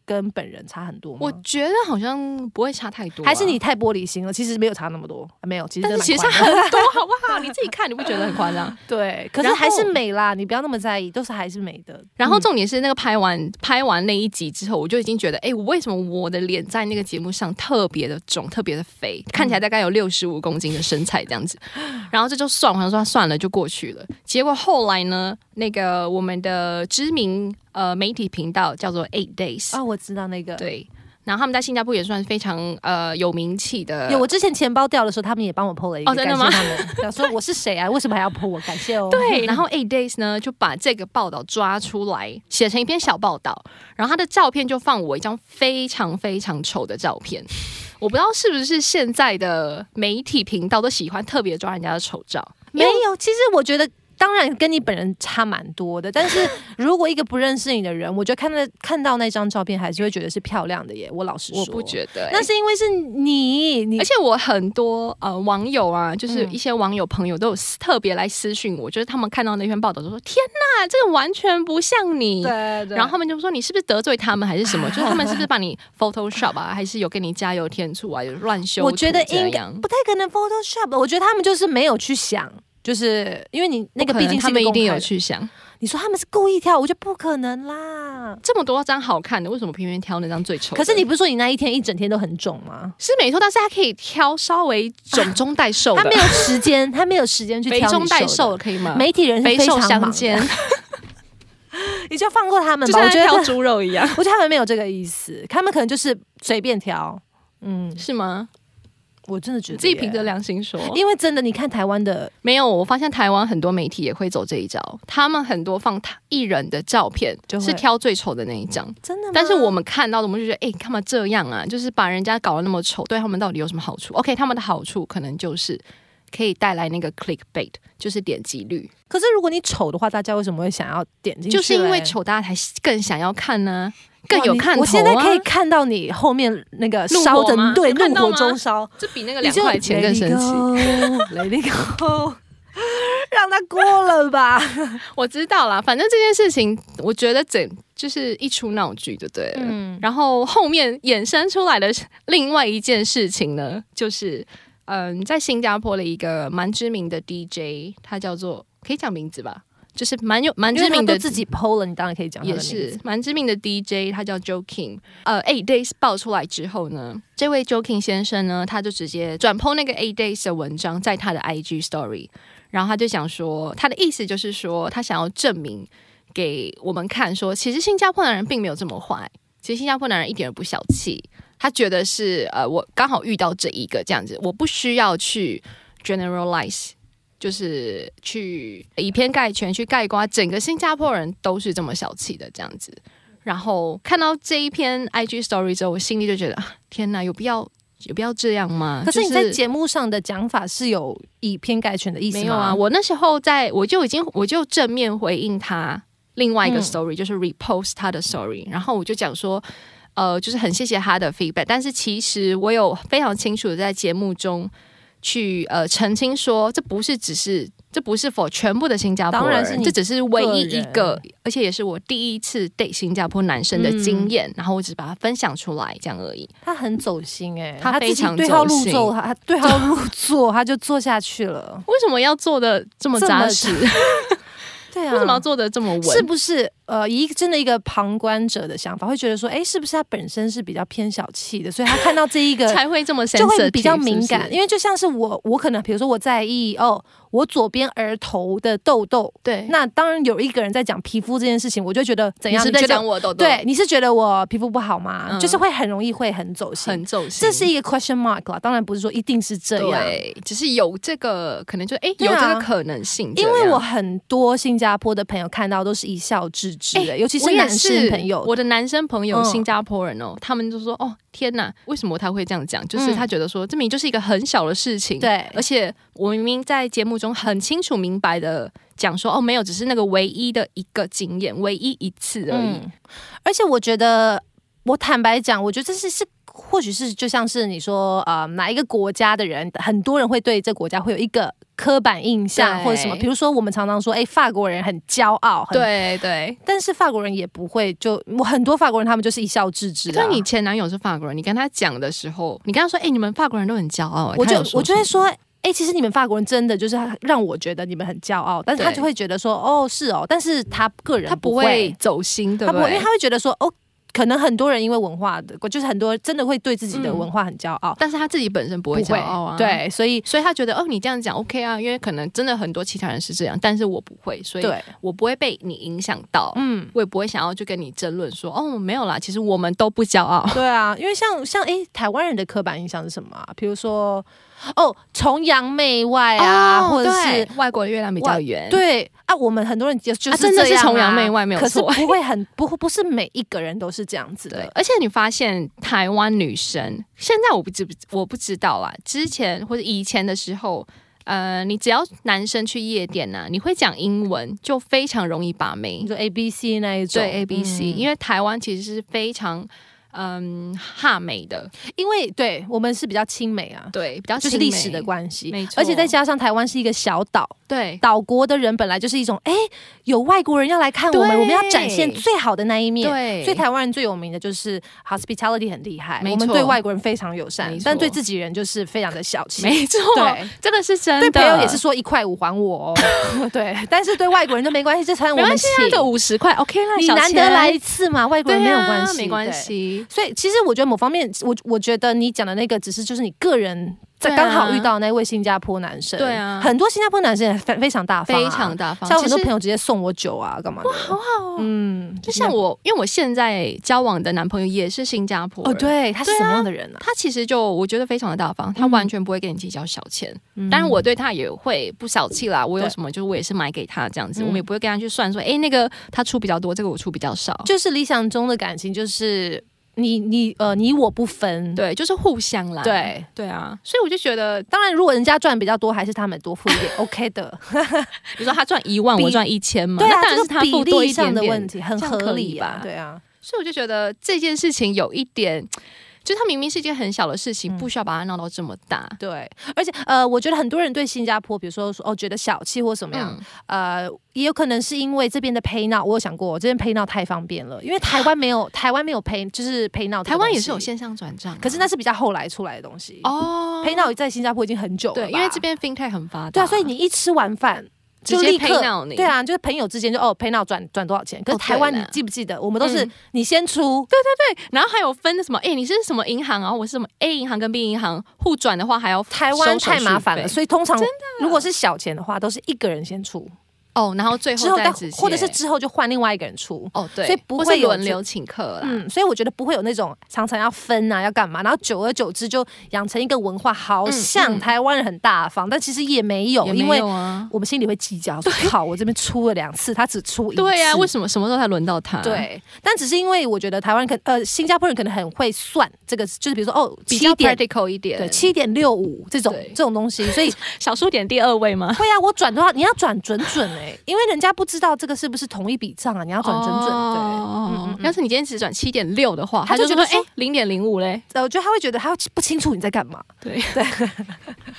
Speaker 2: 跟本人差很多吗？
Speaker 3: 我觉得好像不会差太多啊、
Speaker 2: 还是你太玻璃心了，其实没有差那么多，啊没有，其实
Speaker 3: 但
Speaker 2: 真
Speaker 3: 是
Speaker 2: 的
Speaker 3: 其实
Speaker 2: 蛮
Speaker 3: 差
Speaker 2: 宽的
Speaker 3: 很多，好不好？你自己看，你不觉得很夸张？
Speaker 2: 对，可是
Speaker 3: 然后
Speaker 2: 还是美啦，你不要那么在意，都是还是美的。
Speaker 3: 然后
Speaker 2: 嗯
Speaker 3: 重点是那个拍完拍完那一集之后，我就已经觉得，哎、我为什么我的脸在那个节目上特别的肿，特别的肥，
Speaker 2: 嗯
Speaker 3: 看起来大概有六十五公斤的身材这 样子。然后这就算，我想说算了，就过去了。结果后来呢，那个我们的知名呃媒体频道叫做 Eight Days，、
Speaker 2: 哦，我知道那个，，
Speaker 3: 对，然后他们在新加坡也算非常呃有名气的，
Speaker 2: 有我之前钱包掉的时候，他们也帮我 PO 了一个，
Speaker 3: 哦真的
Speaker 2: 感
Speaker 3: 吗
Speaker 2: 谢他们想说我是谁啊？为什么还要 PO 我？感谢哦。
Speaker 3: 对，然后 Eight Days 呢就把这个报道抓出来，写成一篇小报道，然后他的照片就放我一张非常非常丑的照片。我不知道是不是现在的媒体频道都喜欢特别抓人家的丑照，
Speaker 2: 没有，其实我觉得。当然跟你本人差蛮多的，但 是如果一个不认识你的人，我觉得看到看到那张照片还是会觉得是漂亮的耶。我老实说，
Speaker 3: 我不觉得、欸
Speaker 2: 那是因为是你，你
Speaker 3: 而且我很多呃网友啊，就是
Speaker 2: 嗯
Speaker 3: 一些网友朋友都有私特别来私讯我，就是他们看到那篇报道就说：“天呐，这个完全不像你。”
Speaker 2: 对对
Speaker 3: 然后他们就说你是不是得罪他们还是什么？ 就是他们是不是把你 Photoshop 啊，还是有给你加油添醋啊，有乱修？
Speaker 2: 我觉得应该
Speaker 3: 该
Speaker 2: 不太可能 Photoshop，我觉得他们就是没有去想，就是因为你那个毕竟是
Speaker 3: 他们一定有
Speaker 2: 公开的，
Speaker 3: 去想，
Speaker 2: 你说他们是故意跳，我觉得不可能啦。
Speaker 3: 这么多张好看的，为什么偏偏挑那张最丑的？
Speaker 2: 可是你不是说你那一天一整天都很肿吗？
Speaker 3: 是没错，但是他可以挑稍微 肿中带瘦的，
Speaker 2: 他没有时间， 他没有时间去
Speaker 3: 肥
Speaker 2: 挑
Speaker 3: 中
Speaker 2: 你
Speaker 3: 带
Speaker 2: 瘦
Speaker 3: 瘦的可以吗
Speaker 2: 的，？媒体人是
Speaker 3: 肥
Speaker 2: 非常
Speaker 3: 瘦
Speaker 2: 忙
Speaker 3: 相
Speaker 2: 的
Speaker 3: 间，，
Speaker 2: 你就放过他们
Speaker 3: 就
Speaker 2: 吧。我
Speaker 3: 像
Speaker 2: 觉
Speaker 3: 在
Speaker 2: 得他，
Speaker 3: 挑猪肉一 样，
Speaker 2: 我觉得他们没有这个意思，他们可能就是随便挑。嗯，
Speaker 3: 是吗？
Speaker 2: 我真的觉
Speaker 3: 你
Speaker 2: 得
Speaker 3: 自己
Speaker 2: 耶
Speaker 3: 凭着良心说。
Speaker 2: 因为真的，你看台湾的
Speaker 3: 没有，我发现台湾很多媒体也会走这一招，他们很多放他艺人的照片
Speaker 2: 就会
Speaker 3: 是挑最丑的那一张。
Speaker 2: 真的吗，
Speaker 3: 但是我们看到的，我们就觉得，哎、干嘛这样啊？就是把人家搞得那么丑，对他们到底有什么好处？OK，他们的好处可能就是可以带来那个 clickbait，就是点击率，
Speaker 2: 可是如果你丑的话，大家为什么会想要点进去嘞？欸
Speaker 3: 就是因为丑，大家才更想要看呢、更
Speaker 2: 哇
Speaker 3: 有
Speaker 2: 你
Speaker 3: 看头、啊。
Speaker 2: 我现在可以，看到你后面那个
Speaker 3: 怒火
Speaker 2: 烧的
Speaker 3: 吗，
Speaker 2: 对，
Speaker 3: 有看
Speaker 2: 怒
Speaker 3: 到
Speaker 2: 火
Speaker 3: 吗
Speaker 2: 中烧，
Speaker 3: 这比那个
Speaker 2: 你
Speaker 3: 两
Speaker 2: 就
Speaker 3: 块钱更神奇。
Speaker 2: Let it go，Let it go，让他过了吧。
Speaker 3: 我知道啦，反正这件事情，我觉得整就是一出闹剧，就对了。
Speaker 2: 嗯，
Speaker 3: 然后后面衍生出来的另外一件事情呢，就是嗯，在新加坡的一个蛮知名的 DJ，他叫做可以讲名字吧，就是蛮有蛮
Speaker 2: 因为
Speaker 3: 知
Speaker 2: 他
Speaker 3: 名
Speaker 2: 都
Speaker 3: 的。
Speaker 2: 自己 PO 了，你当然可以讲他的
Speaker 3: 也
Speaker 2: 名字
Speaker 3: 是。蛮知名的 DJ，他叫 Joking。呃，Eight Days 爆出来之后呢，这位 Joking 先生呢，他就直接转 po 那个 Eight Days 的文章在他的 IG Story，然后他就想说，他的意思就是说，他想要证明给我们看说，其实新加坡男人并没有这么坏，其实新加坡男人一点也不小气。他觉得是呃，我刚好遇到这一个这样子，我不需要去 generalize，就是去以偏概全，去概括整个新加坡人都是这么小气的这样子。然后看到这一篇 IG story 之后，我心里就觉得，啊天哪，有必要有必要这样吗？
Speaker 2: 可是你
Speaker 3: 就
Speaker 2: 在节目上的讲法是有以偏概全的意思吗？
Speaker 3: 没有啊，我那时候在我就已经我就正面回应他另外一个
Speaker 2: 嗯
Speaker 3: story，、就是 repost 他的 story，然后我就讲说，呃，就是很谢谢他的 feedback，但是其实我有非常清楚的在节目中去呃澄清说，这不是只是。这不是否全部的新加坡
Speaker 2: 当
Speaker 3: 人，
Speaker 2: 然是你
Speaker 3: 这只是唯一一
Speaker 2: 个
Speaker 3: 个，而且也是我第一次 date 新加坡男生的经
Speaker 2: 嗯
Speaker 3: 验，然后我只是把它分享出来这样而已。
Speaker 2: 他很走心哎、
Speaker 3: 他
Speaker 2: 自己
Speaker 3: 非常
Speaker 2: 对号
Speaker 3: 走
Speaker 2: 入
Speaker 3: 心啊
Speaker 2: 座，他他对号入座，他就做下去了。
Speaker 3: 为什么要做的这么
Speaker 2: 这么
Speaker 3: 扎实？
Speaker 2: 对啊，
Speaker 3: 为什么要做的这么稳？
Speaker 2: 是不是呃，以一个真的一个旁观者的想法，会觉得说，哎，是不是他本身是比较偏小气的，所以他看到这一个
Speaker 3: 才会这么 sensitive，
Speaker 2: 就会比较敏感，
Speaker 3: 是不是
Speaker 2: 因为就像是我，我可能比如说我在意哦，我左边额头的痘痘，
Speaker 3: 对，
Speaker 2: 那当然有一个人在讲皮肤这件事情，我就觉得怎样？
Speaker 3: 你是不是
Speaker 2: 觉
Speaker 3: 在
Speaker 2: 得
Speaker 3: 讲我痘痘？
Speaker 2: 对，，你是觉得我皮肤不好吗？
Speaker 3: 嗯
Speaker 2: 就是会很容易会很走心，
Speaker 3: 很走心。
Speaker 2: 这是一个 question mark 啦，当然不是说一定是这样。
Speaker 3: 对，啊只是有这个可能就，哎、
Speaker 2: 对
Speaker 3: 有
Speaker 2: 啊
Speaker 3: 这个可能性这
Speaker 2: 因
Speaker 3: 样。
Speaker 2: 为我很多新加坡的朋友看到都是一笑置之的，尤其
Speaker 3: 我
Speaker 2: 是
Speaker 3: 也
Speaker 2: 男性朋友，
Speaker 3: 我的男生朋友
Speaker 2: 嗯
Speaker 3: 新加坡人哦，他们就说，哦，天哪，为什么他会这样讲？就是
Speaker 2: 嗯
Speaker 3: 他觉得说，这明明就是一个很小的事情，，
Speaker 2: 对，
Speaker 3: 而且我明明在节目中很清楚明白的讲说，哦，没有，只是那个唯一的一个经验，唯一一次而已。
Speaker 2: 嗯，而且我觉得，我坦白讲，我觉得这是是。或许是就像是你说，呃，哪一个国家的人，很多人会对这国家会有一个刻板印象
Speaker 3: 对
Speaker 2: 或者什么。比如说，我们常常说，哎、法国人很骄傲，很，
Speaker 3: 对对，
Speaker 2: 但是法国人也不会就我很多法国人他们就是一笑置之、啊。
Speaker 3: 但你前男友是法国人，你跟他讲的时候，你跟他说，哎、你们法国人都很骄傲、哎
Speaker 2: 我
Speaker 3: 他
Speaker 2: 就
Speaker 3: 有说
Speaker 2: 我就
Speaker 3: 什
Speaker 2: 会
Speaker 3: 么
Speaker 2: 说，哎、其实你们法国人真的就是让我觉得你们很骄傲，但是他
Speaker 3: 对
Speaker 2: 就会觉得说，哦，是哦，但是他个人
Speaker 3: 他不会走心，对
Speaker 2: 他不
Speaker 3: 对？
Speaker 2: 会，因为他会觉得说，哦，可能很多人因为文化的，就是很多真的会对自己的文化很骄傲，
Speaker 3: 但是他自己本身不
Speaker 2: 不
Speaker 3: 会骄傲啊，，
Speaker 2: 对，所以
Speaker 3: 所以他觉得哦，你这样讲 OK 啊，因为可能真的很多其他人是这样，但是我不会，所以哦
Speaker 2: 对，
Speaker 3: 我不会被你影响到，
Speaker 2: 嗯。
Speaker 3: 我也不会想要就跟你争论说哦，没有啦，其实我们都不骄 傲，
Speaker 2: 对啊，因为像像诶，台湾人的刻板印象是什么、啊？比如说，哦，崇洋媚外啊，或者是
Speaker 3: 哦对外国的月亮比较圆，，
Speaker 2: 对啊，我们很多人就就
Speaker 3: 啊
Speaker 2: 是
Speaker 3: 真的是
Speaker 2: 这样啊
Speaker 3: 崇洋媚外没有
Speaker 2: 可是
Speaker 3: 错
Speaker 2: 不会很不不是每一个人都是这样子
Speaker 3: 对
Speaker 2: 的，，
Speaker 3: 而且你发现台湾女生现在我不知我不知道啦，之前或者以前的时候，呃，你只要男生去夜店呐、啊，你会讲英文就非常容易把妹
Speaker 2: 你，说 A B C 那一种，
Speaker 3: 对 A B C，、
Speaker 2: 嗯
Speaker 3: 因为台湾其实是非常嗯哈美的，
Speaker 2: 因为对我们是比较亲美啊，
Speaker 3: 对，比较
Speaker 2: 就是
Speaker 3: 亲美
Speaker 2: 历史的关系，
Speaker 3: 没错
Speaker 2: 而且再加上台湾是一个小岛，
Speaker 3: 对。
Speaker 2: 岛国的人本来就是一种，哎，有外国人要来看我们，
Speaker 3: 对
Speaker 2: 我们要展现最好的那一面。
Speaker 3: 对，
Speaker 2: 所以台湾人最有名的就是 hospitality 很厉害，
Speaker 3: 没
Speaker 2: 我
Speaker 3: 错
Speaker 2: 们对外国人非常友善
Speaker 3: 没，错
Speaker 2: 但对自己人就是非常的小气。
Speaker 3: 没错，啊
Speaker 2: 对
Speaker 3: 这个是真
Speaker 2: 对
Speaker 3: 的。
Speaker 2: 朋友也是说一块五还我、哦， 对，但是对外国人就没关系，这餐我
Speaker 3: 没
Speaker 2: 们
Speaker 3: 关系
Speaker 2: 请
Speaker 3: 啊，。这五十块 OK 啦，
Speaker 2: 你
Speaker 3: 小
Speaker 2: 难
Speaker 3: 钱
Speaker 2: 得来一，次嘛，外国
Speaker 3: 对
Speaker 2: 人没
Speaker 3: 啊，
Speaker 2: 有关系，
Speaker 3: 没关
Speaker 2: 对。
Speaker 3: 系。
Speaker 2: 所以其实我觉得某方面，我我觉得你讲的那个只是就是你个人
Speaker 3: 对
Speaker 2: 在
Speaker 3: 啊
Speaker 2: 刚好遇到那位新加坡男生，
Speaker 3: 对啊
Speaker 2: 很多新加坡男生也非非常大方啊、
Speaker 3: 非常大方，
Speaker 2: 像我很多
Speaker 3: 其实
Speaker 2: 朋友直接送我酒啊，干嘛的？好好
Speaker 3: 哦
Speaker 2: 嗯，
Speaker 3: 就像我，因为我现在交往的男朋友也是新加坡
Speaker 2: 哦，
Speaker 3: 人，
Speaker 2: 对，他是
Speaker 3: 对啊
Speaker 2: 什么样的人啊？
Speaker 3: 他其实就我觉得非常的大方，他
Speaker 2: 嗯
Speaker 3: 完全不会跟你计较小钱。当然，我对他也会不小气啦，我有
Speaker 2: 对
Speaker 3: 什么就是我也是买给他这样子，
Speaker 2: 嗯
Speaker 3: 我们也不会跟他去算说，哎、那个他出比较多，这个我出比较少。
Speaker 2: 就是理想中的感情，就是你你呃你我不分，
Speaker 3: 对，就是互相啦。
Speaker 2: 对。
Speaker 3: 对啊，所以我就觉得，
Speaker 2: 当然，如果人家赚比较多，还是他们多付一点，OK 的。
Speaker 3: 你说他赚一万，
Speaker 2: 比
Speaker 3: 我赚一千嘛，
Speaker 2: 对啊
Speaker 3: 那，当然
Speaker 2: 这
Speaker 3: 是
Speaker 2: 个
Speaker 3: 他
Speaker 2: 比
Speaker 3: 付多
Speaker 2: 例
Speaker 3: 一点
Speaker 2: 上的问
Speaker 3: 点。
Speaker 2: 题很
Speaker 3: 这样
Speaker 2: 合
Speaker 3: 可以
Speaker 2: 理啊
Speaker 3: 吧
Speaker 2: 对啊，
Speaker 3: 所以我就觉得这件事情有一点，就它明明是一件很小的事情，
Speaker 2: 嗯
Speaker 3: 不需要把它闹到这么大。
Speaker 2: 对。而且呃，我觉得很多人对新加坡，比如说说哦，觉得小气或什么样，
Speaker 3: 嗯，
Speaker 2: 呃，也有可能是因为这边的 Pay Now，我有想过，这边 Pay Now 太方便了，因为台湾没有，台湾没有 Pay，就是 Pay Now，这个
Speaker 3: 台湾也
Speaker 2: 东西
Speaker 3: 是有线上转账啊、
Speaker 2: 可是那是比较后来出来的东西。
Speaker 3: 哦
Speaker 2: Pay Now 在新加坡已经很久了吧，啊
Speaker 3: 对，因为这边 FinTech 很发达，
Speaker 2: 对啊，所以你一吃完饭，
Speaker 3: 直
Speaker 2: 就
Speaker 3: 接
Speaker 2: 立
Speaker 3: 配
Speaker 2: 刻
Speaker 3: 闹你，
Speaker 2: 对，啊，就是朋友之间就哦 pay now 转转多少钱，可是
Speaker 3: 哦
Speaker 2: 台湾
Speaker 3: 对
Speaker 2: 你
Speaker 3: 啦
Speaker 2: 记不记得，我们都是
Speaker 3: 嗯
Speaker 2: 你先出，
Speaker 3: 然后还有分什么？哎，你是什么银行啊？我是什么 A 银行跟 B 银行互转的话，还要
Speaker 2: 台
Speaker 3: 收
Speaker 2: 湾
Speaker 3: 手
Speaker 2: 太麻
Speaker 3: 续
Speaker 2: 烦
Speaker 3: 费啊
Speaker 2: 了，所以通常如果是小钱的话，都是一个人先出，
Speaker 3: 哦，然后最
Speaker 2: 之后
Speaker 3: 后再
Speaker 2: 再
Speaker 3: 直接
Speaker 2: 或者是之后就换另外一个人出。
Speaker 3: 哦对，
Speaker 2: 所以不
Speaker 3: 或
Speaker 2: 会
Speaker 3: 是
Speaker 2: 有
Speaker 3: 轮
Speaker 2: 这
Speaker 3: 流请客啦。
Speaker 2: 嗯，所以我觉得不会有那种常常要分啊，要干嘛，然后久而久之就养成一个文化，好
Speaker 3: 嗯
Speaker 2: 像
Speaker 3: 嗯
Speaker 2: 台湾人很大方，但其实也没有，
Speaker 3: 也
Speaker 2: 因
Speaker 3: 没
Speaker 2: 为
Speaker 3: 有啊，
Speaker 2: 我们心里会计较，说靠，我这边出了两次，他只出一次，
Speaker 3: 对呀、为什么什么时候才轮到他？，
Speaker 2: 对，但只是因为我觉得台湾可呃新加坡人可能很会算这个，就是比如说哦
Speaker 3: 比
Speaker 2: 七
Speaker 3: 较
Speaker 2: 点
Speaker 3: practical 一点。
Speaker 2: 对七点六五这种
Speaker 3: 对
Speaker 2: 这种东西，所以
Speaker 3: 小数点第二位吗？
Speaker 2: 会啊，我转的话你要转准准哎、因为人家不知道这个是不是同一笔账啊，你要转准准、
Speaker 3: 哦
Speaker 2: 嗯嗯嗯
Speaker 3: 要是你今天只转七点六的话，
Speaker 2: 他
Speaker 3: 他
Speaker 2: 就
Speaker 3: 就
Speaker 2: 觉
Speaker 3: 觉
Speaker 2: 得
Speaker 3: 得
Speaker 2: 说
Speaker 3: 哎，零点零五嘞，
Speaker 2: 对，呃我觉得他会觉得他不清楚你在干嘛，
Speaker 3: 对对，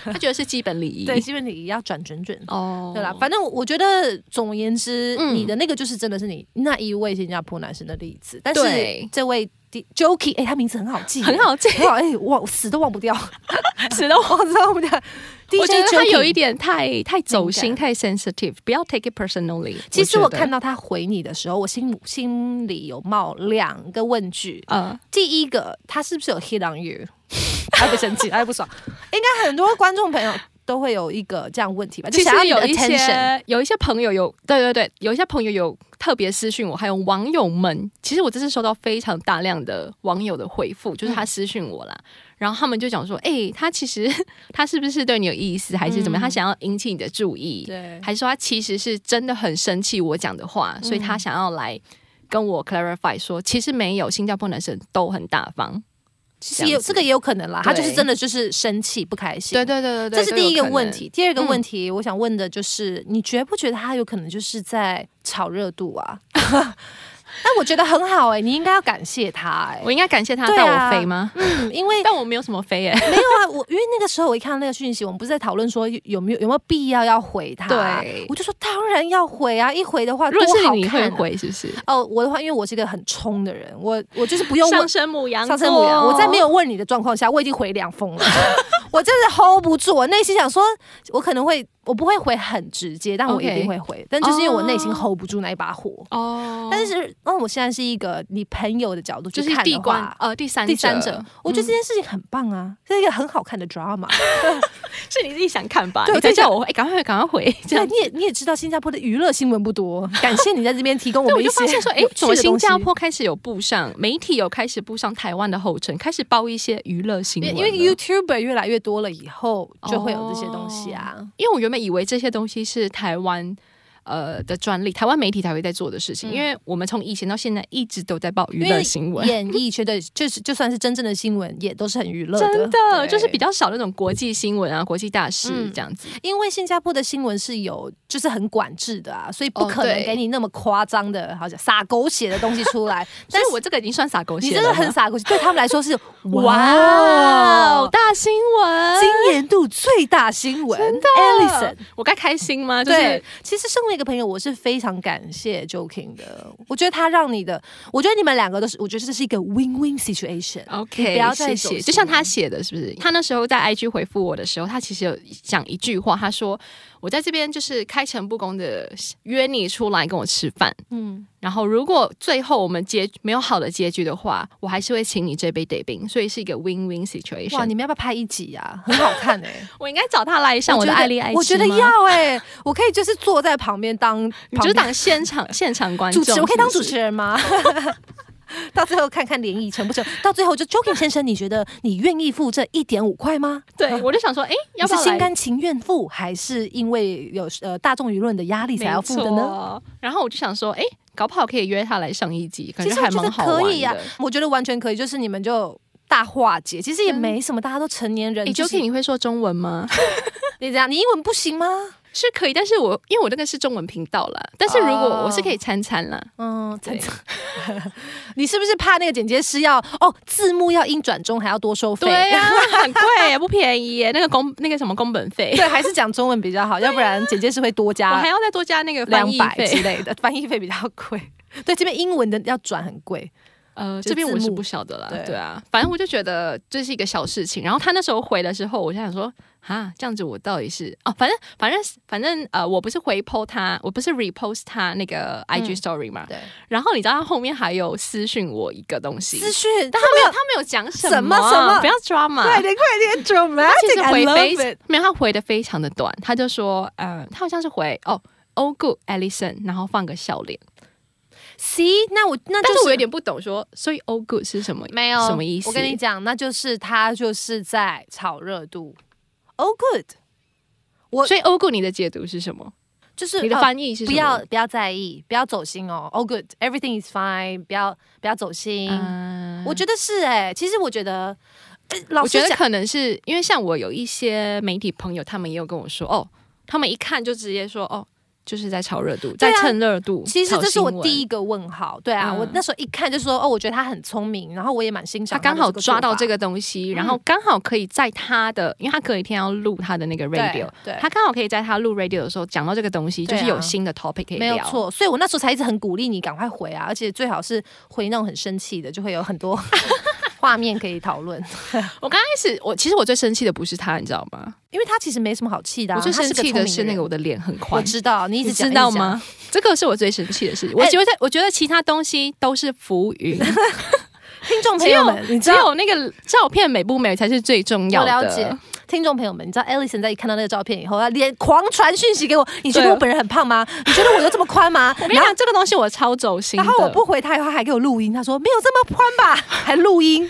Speaker 3: 他觉得是基本礼 仪。
Speaker 2: 对，基本你要转准准。
Speaker 3: 哦，
Speaker 2: 对啦，反正我我觉得，总而言之，
Speaker 3: 嗯
Speaker 2: 你的那个就是真的是你那一位新加坡男生的例子，但是
Speaker 3: 对
Speaker 2: 这位 Jokey，哎、他名字很好记，
Speaker 3: 很好记，
Speaker 2: 很好，哎、我死都忘不掉。
Speaker 3: 死了我。
Speaker 2: 我知道我们的
Speaker 3: 我
Speaker 2: DJ
Speaker 3: 觉得他
Speaker 2: Joking
Speaker 3: 有一。点太太走心、
Speaker 2: 敏
Speaker 3: 太 sensitive，不要 take it personally。
Speaker 2: 其实我
Speaker 3: 觉得
Speaker 2: 看到他回你的时候，我心心里有冒两个问句。
Speaker 3: 呃，
Speaker 2: 第一个，他是不是有 hit on you？他
Speaker 3: 哎
Speaker 2: 不生气，他不爽。应该很多观众朋友都会有一个这样问题吧？就
Speaker 3: 其
Speaker 2: 想要
Speaker 3: 实
Speaker 2: 你
Speaker 3: 有
Speaker 2: 的
Speaker 3: 一
Speaker 2: attention。
Speaker 3: 些有一些朋友有，对对对，有一些朋友有特别私讯我，还有网友们，其实我这次收到非常大量的网友的回复，就是他私讯我啦，然后他们就讲说，哎、他其实 他是不是对你有意思，还是怎么样？
Speaker 2: 嗯
Speaker 3: 他想要引起你的注意，
Speaker 2: 对，
Speaker 3: 还是说他其实是真的很生气我讲的话，所以他想要来跟我 clarify 说，其实没有，新加坡男生都很大方。
Speaker 2: 其实也有
Speaker 3: 这样子
Speaker 2: 这个也有可能啦。他就是
Speaker 3: 对
Speaker 2: 真的就是生气不开心。
Speaker 3: 对对对对
Speaker 2: 这
Speaker 3: 对，
Speaker 2: 是第一个
Speaker 3: 都有可能嗯
Speaker 2: 问。题。第二个问题，我想问的就是，你觉不觉得他有可能就是在炒热度啊？ 但我觉得很好哎、你应该要感谢他哎、
Speaker 3: 我应该感谢他
Speaker 2: 对
Speaker 3: 带
Speaker 2: 啊
Speaker 3: 我飞吗？
Speaker 2: 嗯，因为
Speaker 3: 但我没有什么飞耶、
Speaker 2: 没有啊，我因为那个时候我一看到那个讯息，我们不是在讨论说有有没有有没有必要要回他，
Speaker 3: 对
Speaker 2: 我就说当然要回啊，一回的话
Speaker 3: 如果
Speaker 2: 多
Speaker 3: 是
Speaker 2: 好
Speaker 3: 你，你会
Speaker 2: 看啊
Speaker 3: 回是不是？
Speaker 2: 哦，我的话，因为我是一个很冲的人，我我就是不用问。
Speaker 3: 升母羊
Speaker 2: 上升母羊，我在
Speaker 3: 哦
Speaker 2: 没有问你的状况下，我已经回两封了， 我真的 hold 不住。我内心想说，我可能会，我不会回很直接，但我一
Speaker 3: OK
Speaker 2: 定会回。但就是因为我内心
Speaker 3: 哦
Speaker 2: hold 不住那一把火。
Speaker 3: 哦
Speaker 2: 但是，那我现在是一个你朋友的角度去
Speaker 3: 就是
Speaker 2: 看
Speaker 3: 地
Speaker 2: 的
Speaker 3: 关
Speaker 2: 话，
Speaker 3: 呃第三嗯
Speaker 2: 第三者，我觉得这件事情很棒啊，是一个很好看的 drama。
Speaker 3: 是你自己想看吧？
Speaker 2: 对
Speaker 3: 你
Speaker 2: 我在
Speaker 3: 再
Speaker 2: 想
Speaker 3: 叫我哎，赶快回赶快回这
Speaker 2: 对，啊
Speaker 3: 样。
Speaker 2: 你也你也知道，新加坡的娱乐新闻不多，感谢你在这边提供我
Speaker 3: 对，我
Speaker 2: 们一些
Speaker 3: 就发
Speaker 2: 有趣
Speaker 3: 现
Speaker 2: 的东西。
Speaker 3: 说，哎，怎么新加坡开始有步上媒体有开始步上台湾的后尘，开始报一些娱乐新
Speaker 2: 因为
Speaker 3: 闻了。
Speaker 2: 因为 YouTuber 越来越多了以后，就会有这些东西啊。
Speaker 3: 因为我原本以为这些东西是台湾呃的专利，台湾媒体才会在做的事情，
Speaker 2: 嗯
Speaker 3: 因为我们从以前到现在一直都在报娱
Speaker 2: 因为
Speaker 3: 乐新闻。
Speaker 2: 演艺圈的，就是就算是真正的新闻，也都是很娱乐的。
Speaker 3: 真的
Speaker 2: 对
Speaker 3: 就是比较少那种国际新闻啊、国际大事
Speaker 2: 嗯
Speaker 3: 这样子。
Speaker 2: 因为新加坡的新闻是有就是很管制的啊，所以不
Speaker 3: 哦
Speaker 2: 可能
Speaker 3: 对
Speaker 2: 给你那么夸张的，好像撒狗血的东西出 来。但
Speaker 3: 但
Speaker 2: 是
Speaker 3: 是我这个已经算撒狗血
Speaker 2: 你
Speaker 3: 了，
Speaker 2: 真的很撒狗血，对他们来说 是哇
Speaker 3: 哇哦
Speaker 2: 哦，
Speaker 3: 大新闻！
Speaker 2: 今年度最大新闻
Speaker 3: 真的
Speaker 2: ，Alison。
Speaker 3: 我该开心吗？就
Speaker 2: 对
Speaker 3: 是，
Speaker 2: 其实身为一个朋友，我是非常感谢 Joking 的。我觉得他让你的，我觉得你们两个都是，我觉得这是一个 win-win situation。
Speaker 3: OK，
Speaker 2: 不要再走
Speaker 3: 谢谢。
Speaker 2: 心
Speaker 3: 就像他写的，是不是？他那时候在 IG 回复我的时候，他其实有讲一句话，他说：“我在这边就是开诚布公的约你出来跟我吃饭，
Speaker 2: 嗯，
Speaker 3: 然后如果最后我们结没有好的结局的话，我还是会请你这杯得冰，所以是一个 win-win
Speaker 2: 哇，你
Speaker 3: situation。
Speaker 2: 们要不要拍一集啊？很好看哎、
Speaker 3: 我应该找他来上我的
Speaker 2: 觉得
Speaker 3: 爱丽爱
Speaker 2: 我觉得
Speaker 3: 吃吗，
Speaker 2: 要哎、我可以就是坐在旁边当，
Speaker 3: 你
Speaker 2: 旁
Speaker 3: 就
Speaker 2: 边
Speaker 3: 当现场现场观众
Speaker 2: 主持，我可以当
Speaker 3: 是
Speaker 2: 主
Speaker 3: 不是
Speaker 2: 持人吗？ 到最后看看联谊成不成，到最后就 Joking 先生，你觉得你愿意付这一点五块吗？
Speaker 3: 对，我就想说，哎， 要不
Speaker 2: 你
Speaker 3: 要
Speaker 2: 是心
Speaker 3: 来
Speaker 2: 甘情愿付，还是因为有呃大众舆论的压力才要付的呢？
Speaker 3: 呢？然后我就想说，哎，搞不好可以约他来上一集，感
Speaker 2: 其
Speaker 3: 觉
Speaker 2: 实我
Speaker 3: 还
Speaker 2: 觉得
Speaker 3: 蛮好玩的。
Speaker 2: 可以啊我觉得完全可以，就是你们就大化解，其实也没什么，大家都成年人。
Speaker 3: 诶 j
Speaker 2: 就
Speaker 3: o
Speaker 2: 是
Speaker 3: k 你会说中文吗？
Speaker 2: 你这样，你英文不行吗？
Speaker 3: 是可以，但是我因为我那个是中文频道啦，但是如果
Speaker 2: 哦
Speaker 3: 我是可以参参啦，
Speaker 2: 嗯，
Speaker 3: 对
Speaker 2: 你是不是怕那个剪接师要哦字幕要英转中还要多收费？
Speaker 3: 对 呀、很贵耶，不便宜耶，那个工那个什么工本费，
Speaker 2: 对，还是讲中文比 较好，要不然简介是会多
Speaker 3: 我还
Speaker 2: 加
Speaker 3: 要再多加那个翻
Speaker 2: 两
Speaker 3: 译
Speaker 2: 百之
Speaker 3: 费。
Speaker 2: 类的，翻译费比较贵。对，这边英文的要转很贵，
Speaker 3: 呃，
Speaker 2: 就
Speaker 3: 这边我
Speaker 2: 字
Speaker 3: 是
Speaker 2: 幕
Speaker 3: 不晓得啦，
Speaker 2: 对
Speaker 3: 对啊，反正我就觉得这是一个小事情。然后他那时候回的时候，我就想说，啊，这样子我到底是哦，反正反正反正呃，我不是回 po 他，我不是 repost 他那个
Speaker 2: 嗯
Speaker 3: IG story 嘛。
Speaker 2: 对，
Speaker 3: 然后你知道他后面还有私讯我一个东西，
Speaker 2: 资讯，
Speaker 3: 但他没有他没有讲什么
Speaker 2: 什么什么
Speaker 3: 不要抓 嘛。
Speaker 1: 快点快点
Speaker 3: 其实
Speaker 1: ，dramatic，I
Speaker 3: 回
Speaker 1: love
Speaker 3: 非
Speaker 1: it。
Speaker 3: 没有，他回的非常的短，他就说，呃，他好像是回哦。Oh good, Alison，然后放个笑脸，
Speaker 2: See，那我那
Speaker 3: 但
Speaker 2: 就是
Speaker 3: 我有点不懂说，所以 Oh good 是什么？
Speaker 2: 没有
Speaker 3: 什么意思？
Speaker 2: 我跟你讲，那就是他就是在炒热度。Oh good，我
Speaker 3: 所以欧顾你的解读是什么？
Speaker 2: 就是
Speaker 3: 你的
Speaker 2: 呃
Speaker 3: 翻译是
Speaker 2: 不
Speaker 3: 什么？
Speaker 2: 要不要在意，不要走心哦。Oh good，everything is fine，不要不要走心。
Speaker 3: 嗯
Speaker 2: 我觉得是哎、其实我觉得，呃老
Speaker 3: 我觉
Speaker 2: 实
Speaker 3: 得
Speaker 2: 讲，
Speaker 3: 可能是因为像我有一些媒体朋友，他们也有跟我说，哦，他们一看就直接说，哦，就是在炒热度，
Speaker 2: 对啊
Speaker 3: 在蹭热度。
Speaker 2: 其实这是我第
Speaker 3: 一，
Speaker 2: 一个问号。对啊，
Speaker 3: 欸嗯
Speaker 2: 我那时候一看就说，哦，我觉得他很聪明，然后我也蛮欣赏
Speaker 3: 他刚好
Speaker 2: 的
Speaker 3: 抓到这
Speaker 2: 个
Speaker 3: 个东西，
Speaker 2: 嗯
Speaker 3: 然后刚好可以在他的，因为他隔一天要录他的那个
Speaker 2: 做法
Speaker 3: radio。
Speaker 2: 对，对
Speaker 3: 他刚好可以在他录 radio 的时候讲到这个东西，
Speaker 2: 对
Speaker 3: 就
Speaker 2: 啊
Speaker 3: 是有新的 topic 可以
Speaker 2: 没
Speaker 3: 聊。
Speaker 2: 有，错，所以我那时候才一直很鼓励你赶快回啊，而且最好是回那种很生气的，就会有很多 画面可以讨论。
Speaker 3: 我刚开始我其实我最生气的不是他，你知道吗？
Speaker 2: 因为他其实没什么好气的、啊，
Speaker 3: 我最
Speaker 2: 他
Speaker 3: 生气的
Speaker 2: 聪明
Speaker 3: 是那个
Speaker 2: 人
Speaker 3: 我的脸很宽
Speaker 2: 我，知道你一直
Speaker 3: 你
Speaker 2: 讲
Speaker 3: 知道？
Speaker 2: 一直
Speaker 3: 吗？这个是我最生气的事。我
Speaker 2: 哎
Speaker 3: 觉得，我觉得其他东西都是浮 云，
Speaker 2: 讲听众朋友们，你知
Speaker 3: 只
Speaker 2: 道，
Speaker 3: 有那个照片美不美才是最重要
Speaker 2: 我
Speaker 3: 的。
Speaker 2: 了解。听众朋友们，你知道 Alison 在一看到那个照片以后，她连狂传讯息给我，你觉得
Speaker 3: 对
Speaker 2: 我本人很胖 吗？你觉得我有这么宽吗？
Speaker 3: 我跟你
Speaker 2: 然后
Speaker 3: 讲，这个东西我超走心的。
Speaker 2: 然后我不回他以后，他还给我录音，他说没有这么宽吧，还录音。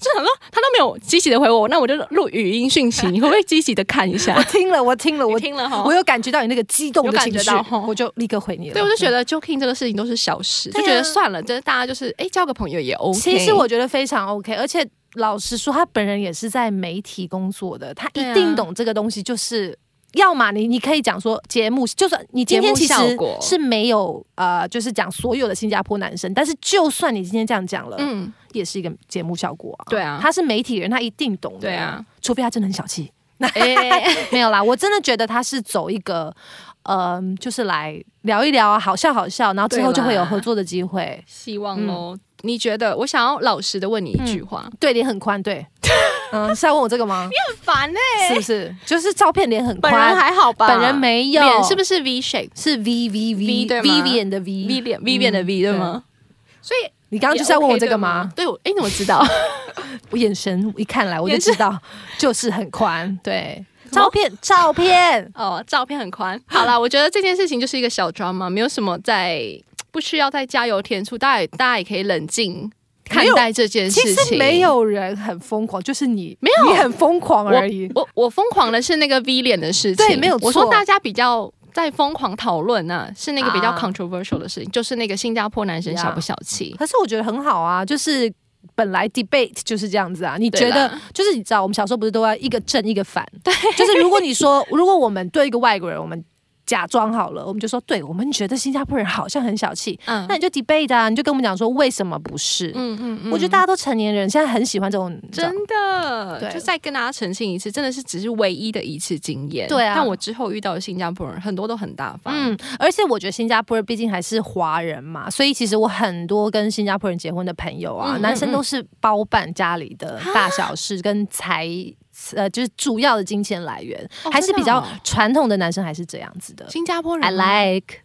Speaker 3: 就想说，他都没有积极的回我，那我就录语音讯 息，你会不会积极的看一下
Speaker 2: 我？听了，我听了，
Speaker 3: 我
Speaker 2: 我
Speaker 3: 听了哈
Speaker 2: 我，有感觉到你那个激动的
Speaker 3: 有感
Speaker 2: 情
Speaker 3: 觉
Speaker 2: 绪
Speaker 3: 到吼，
Speaker 2: 我就立刻回你了。
Speaker 3: 对，我就觉得 joking 这个事情都是小事，
Speaker 2: 对
Speaker 3: 就
Speaker 2: 啊
Speaker 3: 觉得算了，就是大家就是哎交个朋友也 OK。
Speaker 2: 其实我觉得非常 OK，而且老实说，他本人也是在媒体工作的，他
Speaker 3: 对啊
Speaker 2: 一定懂这个东西，就是。要么你你可以讲说节目，就算你今天其实
Speaker 3: 节目效果
Speaker 2: 是没有呃，就是讲所有的新加坡男生，但是就算你今天这样讲了，
Speaker 3: 嗯，
Speaker 2: 也是一个节目效果啊。
Speaker 3: 对啊
Speaker 2: 他是媒体人，他一定懂的。
Speaker 3: 对啊，
Speaker 2: 除非他真的很小气。
Speaker 3: 哎，
Speaker 2: 没有啦，我真的觉得他是走一个，嗯、就是来聊一聊啊，好笑好笑，然后之后
Speaker 3: 对
Speaker 2: 就
Speaker 3: 啦
Speaker 2: 会有合作的机会。
Speaker 3: 希望喽。嗯你觉得？我想要老实的问你一句话，
Speaker 2: 对，脸很宽， 对，嗯，是要问我这个吗？
Speaker 3: 很烦哎，
Speaker 2: 是不是？就是照片脸很
Speaker 3: 本人
Speaker 2: 宽，
Speaker 3: 还好吧？
Speaker 2: 本人没有，
Speaker 3: 脸是不是 V shape？
Speaker 2: 是 V V V
Speaker 3: V 对吗
Speaker 2: Vivian 的
Speaker 3: V
Speaker 2: V？嗯
Speaker 3: 脸 V 脸的 V 对吗？所以
Speaker 2: 你刚刚就是要问我这个吗？？
Speaker 3: 对，我哎，你怎么知道？
Speaker 2: 我眼神一看来我就
Speaker 3: 眼神
Speaker 2: 知道，就是很宽。 对，
Speaker 3: 么
Speaker 2: 照片照片，
Speaker 3: 哦，照片很宽。好啦，我觉得这件事情就是一个小 drama，没有什么在不需要再加油添醋，大家也大家也可以冷静看待这件
Speaker 2: 其
Speaker 3: 事
Speaker 2: 实
Speaker 3: 情。
Speaker 2: 没。有人很疯狂，就是你
Speaker 3: 没有
Speaker 2: 你很疯狂
Speaker 3: 我
Speaker 2: 而已。
Speaker 3: 我我疯狂的是那个 V 脸的事情，
Speaker 2: 对没有错
Speaker 3: 我说大家比较在疯狂讨论呢，是那个比较
Speaker 2: 啊
Speaker 3: controversial 的事情，就是那个新加坡男生
Speaker 2: 呀
Speaker 3: 小不小气。
Speaker 2: 可是我觉得很好啊，就是本来 debate 就是这样子啊。你
Speaker 3: 对
Speaker 2: 觉得
Speaker 3: 啦
Speaker 2: 就是你知道，我们小时候不是都要一个正一个 反？对，就是如果你说，如果我们对一个外国人，我们假装好了，我们就说，对我们觉得新加坡人好像很小气，
Speaker 3: 嗯
Speaker 2: 那你就 debate 啊，你就跟我们讲说为什么不是？
Speaker 3: 嗯嗯嗯
Speaker 2: 我觉得大家都成年人，现在很喜欢这种你知道
Speaker 3: 真的，
Speaker 2: 对
Speaker 3: 就再跟大家澄清一次，真的是只是唯一的一次经验。
Speaker 2: 对啊
Speaker 3: 但我之后遇到的新加坡人很多都很大方。嗯，
Speaker 2: 嗯，而且我觉得新加坡人毕竟还是华人嘛，所以其实我很多跟新加坡人结婚的朋友啊，
Speaker 3: 嗯嗯
Speaker 2: 男生都是包办家里的大小事跟财。呃，就是主要的金钱来源、
Speaker 3: 哦
Speaker 2: 还是比较
Speaker 3: 真的哦
Speaker 2: 传统的男生还是这样子的。
Speaker 3: 呃新加坡人
Speaker 2: ，I
Speaker 3: 吗
Speaker 2: like，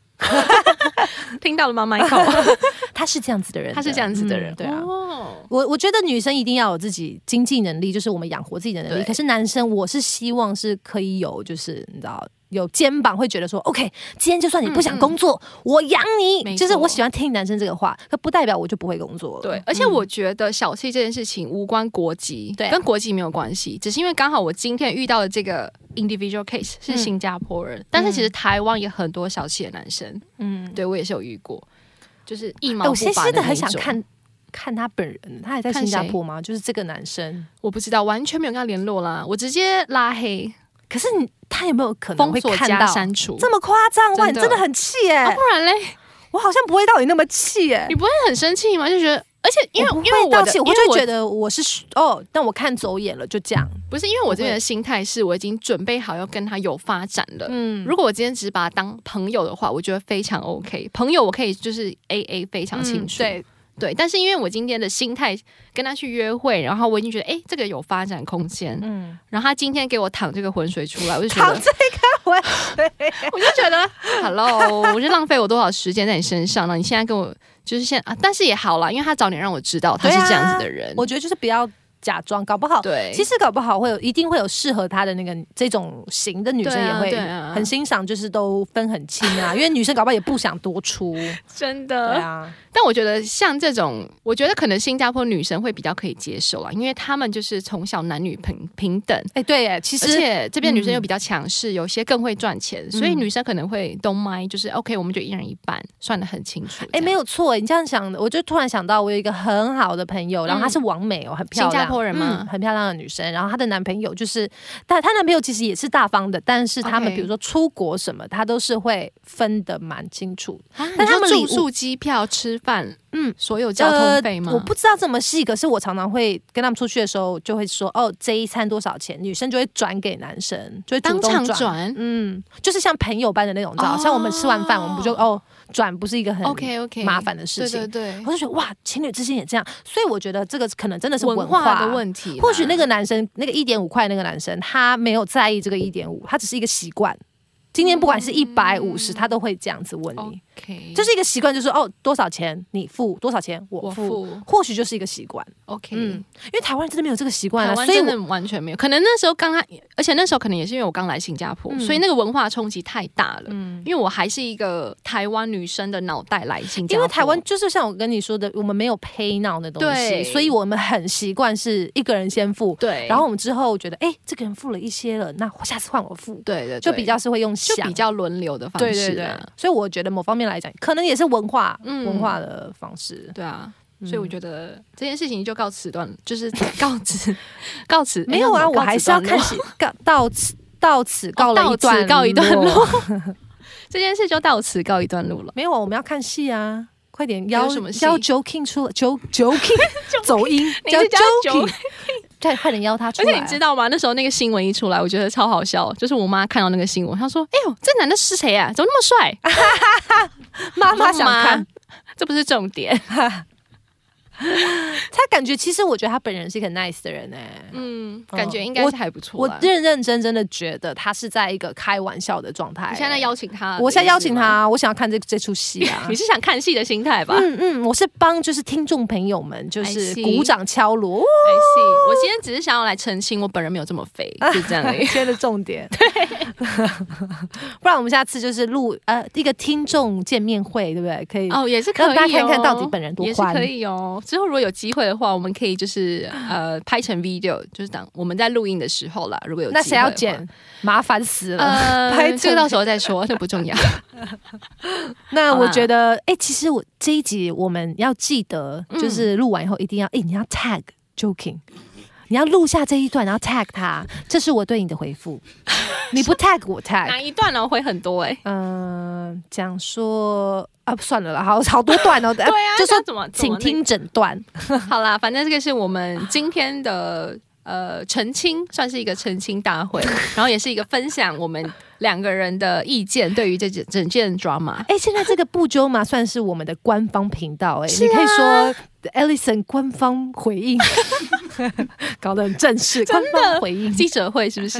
Speaker 3: 听到了吗，Michael？
Speaker 2: 他是这样子的人的，
Speaker 3: 他是这样子的人，
Speaker 2: 嗯对啊。
Speaker 3: 哦
Speaker 2: 我我觉得女生一定要有自己经济能力，就是我们养活自己的能力。
Speaker 3: 对
Speaker 2: 可是男生，我是希望是可以有，就是你知道有肩膀，会觉得说，OK，今天就算你不想工作，我养你。
Speaker 3: 嗯没
Speaker 2: 就是
Speaker 3: 错
Speaker 2: 我喜欢听男生这个话，可不代表我就不会工作了。
Speaker 3: 对，而且我觉得小气这件事情无关国籍，
Speaker 2: 对啊
Speaker 3: 跟国籍没有关系，只是因为刚好我今天遇到的这个 individual case 是新加坡人，但是其实台湾也很多小气的男生，
Speaker 2: 嗯，
Speaker 3: 对我也是有遇过，就是一嗯毛
Speaker 2: 哎
Speaker 3: 不
Speaker 2: 我
Speaker 3: 拔
Speaker 2: 其实真的
Speaker 3: 那
Speaker 2: 很
Speaker 3: 一
Speaker 2: 想
Speaker 3: 种
Speaker 2: 看看他本人，他还在
Speaker 3: 看
Speaker 2: 新加
Speaker 3: 谁
Speaker 2: 坡吗？就是这个男生，
Speaker 3: 我不知道，完全没有跟他联络啦，我直接拉黑，
Speaker 2: 可是你他有没有可能
Speaker 3: 封
Speaker 2: 会
Speaker 3: 锁
Speaker 2: 看
Speaker 3: 加
Speaker 2: 到？
Speaker 3: 删除。
Speaker 2: 这么夸张哇！
Speaker 3: 真
Speaker 2: 你
Speaker 3: 的
Speaker 2: 真的很气耶、
Speaker 3: 啊，不然嘞，
Speaker 2: 我好像不会到你那么气耶、
Speaker 3: 你不会很生气吗？就觉得，而且因为
Speaker 2: 我不会
Speaker 3: 因为我
Speaker 2: 道
Speaker 3: 的，
Speaker 2: 歉，
Speaker 3: 因
Speaker 2: 我
Speaker 3: 为
Speaker 2: 就
Speaker 3: 我
Speaker 2: 觉得我是哦，但我看走眼了，就这样。
Speaker 3: 不是因为我这边的心态是我已经准备好要跟他有发展了。
Speaker 2: 嗯
Speaker 3: 如果我今天只是把他当朋友的话，我觉得非常 OK。朋友我可以就是 A A 非常清
Speaker 2: 嗯
Speaker 3: 楚，
Speaker 2: 对，
Speaker 3: 对，但是因为我今天的心态跟他去约会，然后我已经觉得，哎，这个有发展空间。
Speaker 2: 嗯，
Speaker 3: 然后他今天给我淌这个浑水出来，我就觉
Speaker 2: 躺
Speaker 3: 得，
Speaker 2: 这个浑水，
Speaker 3: 我就觉得，Hello，我 就浪费我多少时间在你身上了？你现在跟我就是现啊，但是也好啦，因为他早点让我知道他是
Speaker 2: 对啊
Speaker 3: 这样子的人。
Speaker 2: 我觉得就是不要假装，搞不好
Speaker 3: 对，
Speaker 2: 其实搞不好会有，一定会有适合她的那个这种型的女生
Speaker 3: 对啊
Speaker 2: 也会
Speaker 3: 对啊
Speaker 2: 很欣赏，就是都分很清啊，因为女生搞不好也不想多 出，
Speaker 3: 真
Speaker 2: 对
Speaker 3: 的
Speaker 2: 啊，
Speaker 3: 但我觉得像这种，我觉得可能新加坡女生会比较可以接受啊啦，因为她们就是从小男女平平等，
Speaker 2: 哎、对耶，其
Speaker 3: 而
Speaker 2: 实
Speaker 3: 且这边女生
Speaker 2: 嗯
Speaker 3: 又比较强势，有些更会赚钱，所以
Speaker 2: 嗯
Speaker 3: 女生可能会 don't mind，就是 OK，我们就一人一半，算得很清楚。
Speaker 2: 哎、没
Speaker 3: 有
Speaker 2: 有错欸，你这样想的，我就突然想到，我有一个很好的朋友，然后她
Speaker 3: 嗯
Speaker 2: 是王美哦，很漂亮，
Speaker 3: 新加坡人吗
Speaker 2: 嗯很漂亮的女生。然后她的男朋友就是，但她男朋友其实也是大方的，但是他们
Speaker 3: OK
Speaker 2: 比如说出国什么，她都是会分得蛮清楚的。
Speaker 3: 啊，
Speaker 2: 但
Speaker 3: 但
Speaker 2: 他
Speaker 3: 他
Speaker 2: 们
Speaker 3: 们
Speaker 2: 礼物
Speaker 3: 住宿、机票、吃饭，
Speaker 2: 嗯
Speaker 3: 嗯，所有交通费吗？
Speaker 2: 呃我不知道这么细，可是我常常会跟他们出去的时候，就会说哦，这一餐多少钱？女生就会转给男生，就会主
Speaker 3: 当
Speaker 2: 动
Speaker 3: 场
Speaker 2: 转。
Speaker 3: 转。
Speaker 2: 嗯，就是像朋友般的那种，你知道
Speaker 3: 哦
Speaker 2: 像我们吃完饭，我们不就哦转，不是一个很
Speaker 3: OK OK，
Speaker 2: 麻烦的事
Speaker 3: 对
Speaker 2: 情
Speaker 3: 对。对
Speaker 2: 我，就觉得哇，情侣之间也这样，所以我觉得这个可能真的是文
Speaker 3: 文化的问题啦，
Speaker 2: 或许那个男生，那个一点五块那个男生，他没有在意这个一点五，他只是一个习惯。今天不管是一百五十，他都会这样子问
Speaker 3: 嗯
Speaker 2: 你，
Speaker 3: OK，
Speaker 2: 就是一个习惯，就是哦，多少钱你付，多少钱我
Speaker 3: 我
Speaker 2: 付，
Speaker 3: 付
Speaker 2: 或许就是一个习惯。
Speaker 3: OK，
Speaker 2: 嗯，因为台湾人真的没有这个习惯
Speaker 3: 台
Speaker 2: 啊，
Speaker 3: 湾
Speaker 2: 所以
Speaker 3: 真
Speaker 2: 我
Speaker 3: 的完全没有，可能那时候刚来，而且那时候可能也是因为我刚来新加坡，
Speaker 2: 嗯
Speaker 3: 所以那个文化冲击太大了。
Speaker 2: 嗯。
Speaker 3: 因为我还是一个台湾女生的脑袋来新加
Speaker 2: 因
Speaker 3: 坡，
Speaker 2: 为台湾就是像我跟你说的，我们没有 pay now 的东西，
Speaker 3: 对
Speaker 2: 所以我们很习惯是一个人先付，
Speaker 3: 对，
Speaker 2: 然后我们之后觉得，哎、这个人付了一些了，那下次换我付，
Speaker 3: 对对
Speaker 2: 就比较是会用
Speaker 3: 就
Speaker 2: 想
Speaker 3: 比较轮流的方式、
Speaker 2: 对
Speaker 3: 啊，
Speaker 2: 对对，所以我觉得某方面来讲，可能也是文化、
Speaker 3: 嗯
Speaker 2: 文化的方式。
Speaker 3: 对啊。
Speaker 2: 嗯
Speaker 3: 所以我觉得这件事情就告此段，就是告辞， 告辞。哎
Speaker 2: 没有啊，
Speaker 3: 要怎么
Speaker 2: 我还是要看
Speaker 3: 告
Speaker 2: 起 告到此到此哦告了一
Speaker 3: 到此
Speaker 2: 段
Speaker 3: 告一段落。 这件事就到此告一段落了。
Speaker 2: 没有啊，我们要看戏啊。快点，
Speaker 3: 有
Speaker 2: 邀
Speaker 3: 什么戏
Speaker 2: 邀 Joking 出来，Jo Joking 走音，
Speaker 3: 你
Speaker 2: 叫
Speaker 3: 是叫
Speaker 2: Joking，快快点邀他出
Speaker 3: 而
Speaker 2: 来。
Speaker 3: 且你知道吗？那时候那个新闻一出来，我觉得超好笑。就是我妈看到那个新闻，她说：“哎呦，这男的是谁啊？怎么那么帅？”
Speaker 2: 妈妈啊想看，，
Speaker 3: 这不是重点。
Speaker 2: 他感觉其实我觉得他本人是一个很 nice 的人哎。
Speaker 3: 嗯，
Speaker 2: 哦
Speaker 3: 感觉应该是还不错啊
Speaker 2: 我
Speaker 3: 啦。
Speaker 2: 认认真真的觉得他是在一个开玩笑的状态。哎
Speaker 3: 你现在邀请他，
Speaker 2: 我现在邀请
Speaker 3: 是吗，。
Speaker 2: 他，我想要看这这出戏啊
Speaker 3: 你是想看戏的心态吧？I
Speaker 2: 嗯嗯，我是帮就是听众朋友们就是
Speaker 3: I see
Speaker 2: 鼓掌敲 锣，哦。
Speaker 3: see，我今天只是想要来澄清，我本人没有这么肥，就这样而已
Speaker 2: 天的重点。 对，不然我们下次就是录呃一个听众见面会，对不对？可以。
Speaker 3: 哦，也是可以、
Speaker 2: 让
Speaker 3: 哦，
Speaker 2: 大家看看到底本人多
Speaker 3: 也是
Speaker 2: 宽
Speaker 3: 可以哦。之后如果有机会的话，我们可以就是呃拍成 video，就是当我们在录音的时候啦。如果有
Speaker 2: 那
Speaker 3: 机
Speaker 2: 谁
Speaker 3: 会的
Speaker 2: 要
Speaker 3: 话
Speaker 2: 剪？？麻烦死了。 拍
Speaker 3: 呃，
Speaker 2: 成
Speaker 3: 这个到时候再说，那不重 要。
Speaker 2: 那
Speaker 3: 好啦
Speaker 2: 我觉得，哎、其实我这一集我们要记得，
Speaker 3: 嗯
Speaker 2: 就是录完以后一定要，哎、你要 tag joking，你要录下这一段，然后 tag 他，这是我对你的回复。你不 tag 我 tag，
Speaker 3: 哪一段呢？会很多哎、
Speaker 2: 嗯，讲说啊，算了啦，好好多段 哦，对
Speaker 3: 对啊，
Speaker 2: 就
Speaker 3: 这
Speaker 2: 说
Speaker 3: 样怎么怎
Speaker 2: 请
Speaker 3: 么那个
Speaker 2: 听诊断。
Speaker 3: 好啦，反正这个是我们今天的呃澄清，算是一个澄清大会，然后也是一个分享我们两个人的意见，对于这整整件 drama。
Speaker 2: 哎，现在这个不纠嘛，算是我们的官方频道哎，
Speaker 3: 是
Speaker 2: 你可以
Speaker 3: 啊
Speaker 2: 说 Alison 官方回应， 搞得很正式，官方回 应。
Speaker 3: 记者会是不是？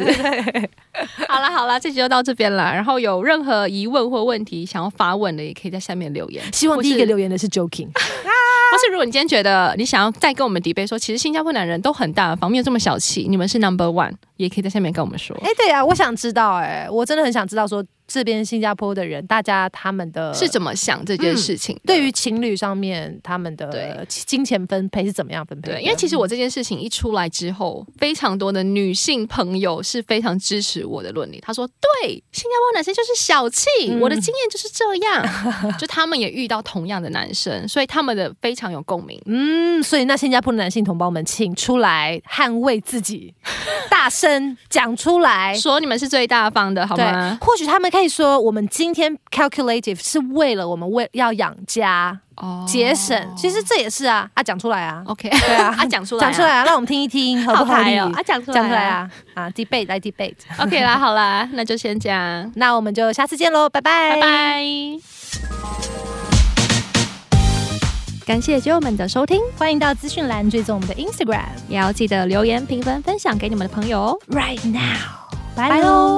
Speaker 3: 好啦好啦，这集就到这边啦。然后有任何疑问或问题想要发问的，也可以在下面留言。
Speaker 2: 希望第一
Speaker 3: 或
Speaker 2: 个
Speaker 3: 是
Speaker 2: 留言的是 joking，
Speaker 3: 或是如果你今天觉得你想要再跟我们 debate 说，其实新加坡男人都很大方，没有这么小气，你们是 number one，也可以在下面跟我们说。
Speaker 2: 哎，对呀、啊，我想知道哎、我真的很想知道说这边新加坡的人，大家他们的
Speaker 3: 是怎么想这件事情的、
Speaker 2: 对于情侣上面他们的
Speaker 3: 对
Speaker 2: 金钱分配是怎么样分配的？
Speaker 3: 对，因为其实我这件事情一出来之后，非常多的女性朋友是非常支持我的论理。她说：“对，新加坡男生就是小气，
Speaker 2: 嗯
Speaker 3: 我的经验就是这 样。”就他们也遇到同样的男生，所以他们的非常有共鸣。
Speaker 2: 嗯，所以那新加坡的男性同胞们，请出来捍卫自己，大声讲出来。
Speaker 3: 说你们是最大方的，好吗？
Speaker 2: 或许他们可以说，我们今天 calculative 是为了我们为要养家
Speaker 3: 哦
Speaker 2: 节省，其实这也是啊啊，讲出来啊，
Speaker 3: OK，
Speaker 2: 对啊
Speaker 3: 啊，讲出来、
Speaker 2: 讲出，来啊，让我们听一听合
Speaker 3: 好
Speaker 2: 不合理
Speaker 3: 嗨哦，啊，讲出来、
Speaker 2: 讲出来。啊啊，debate 来 debate，
Speaker 3: OK 啦，好啦，那就先这样，
Speaker 2: 那我们就下次见喽，拜拜
Speaker 3: 拜拜。
Speaker 4: 感谢酒友们的收听，
Speaker 2: 欢迎到资讯栏追踪我们的 Instagram
Speaker 4: 也要记得留言、评分、分享给你们的朋友哦。
Speaker 2: right now，
Speaker 4: 拜喽。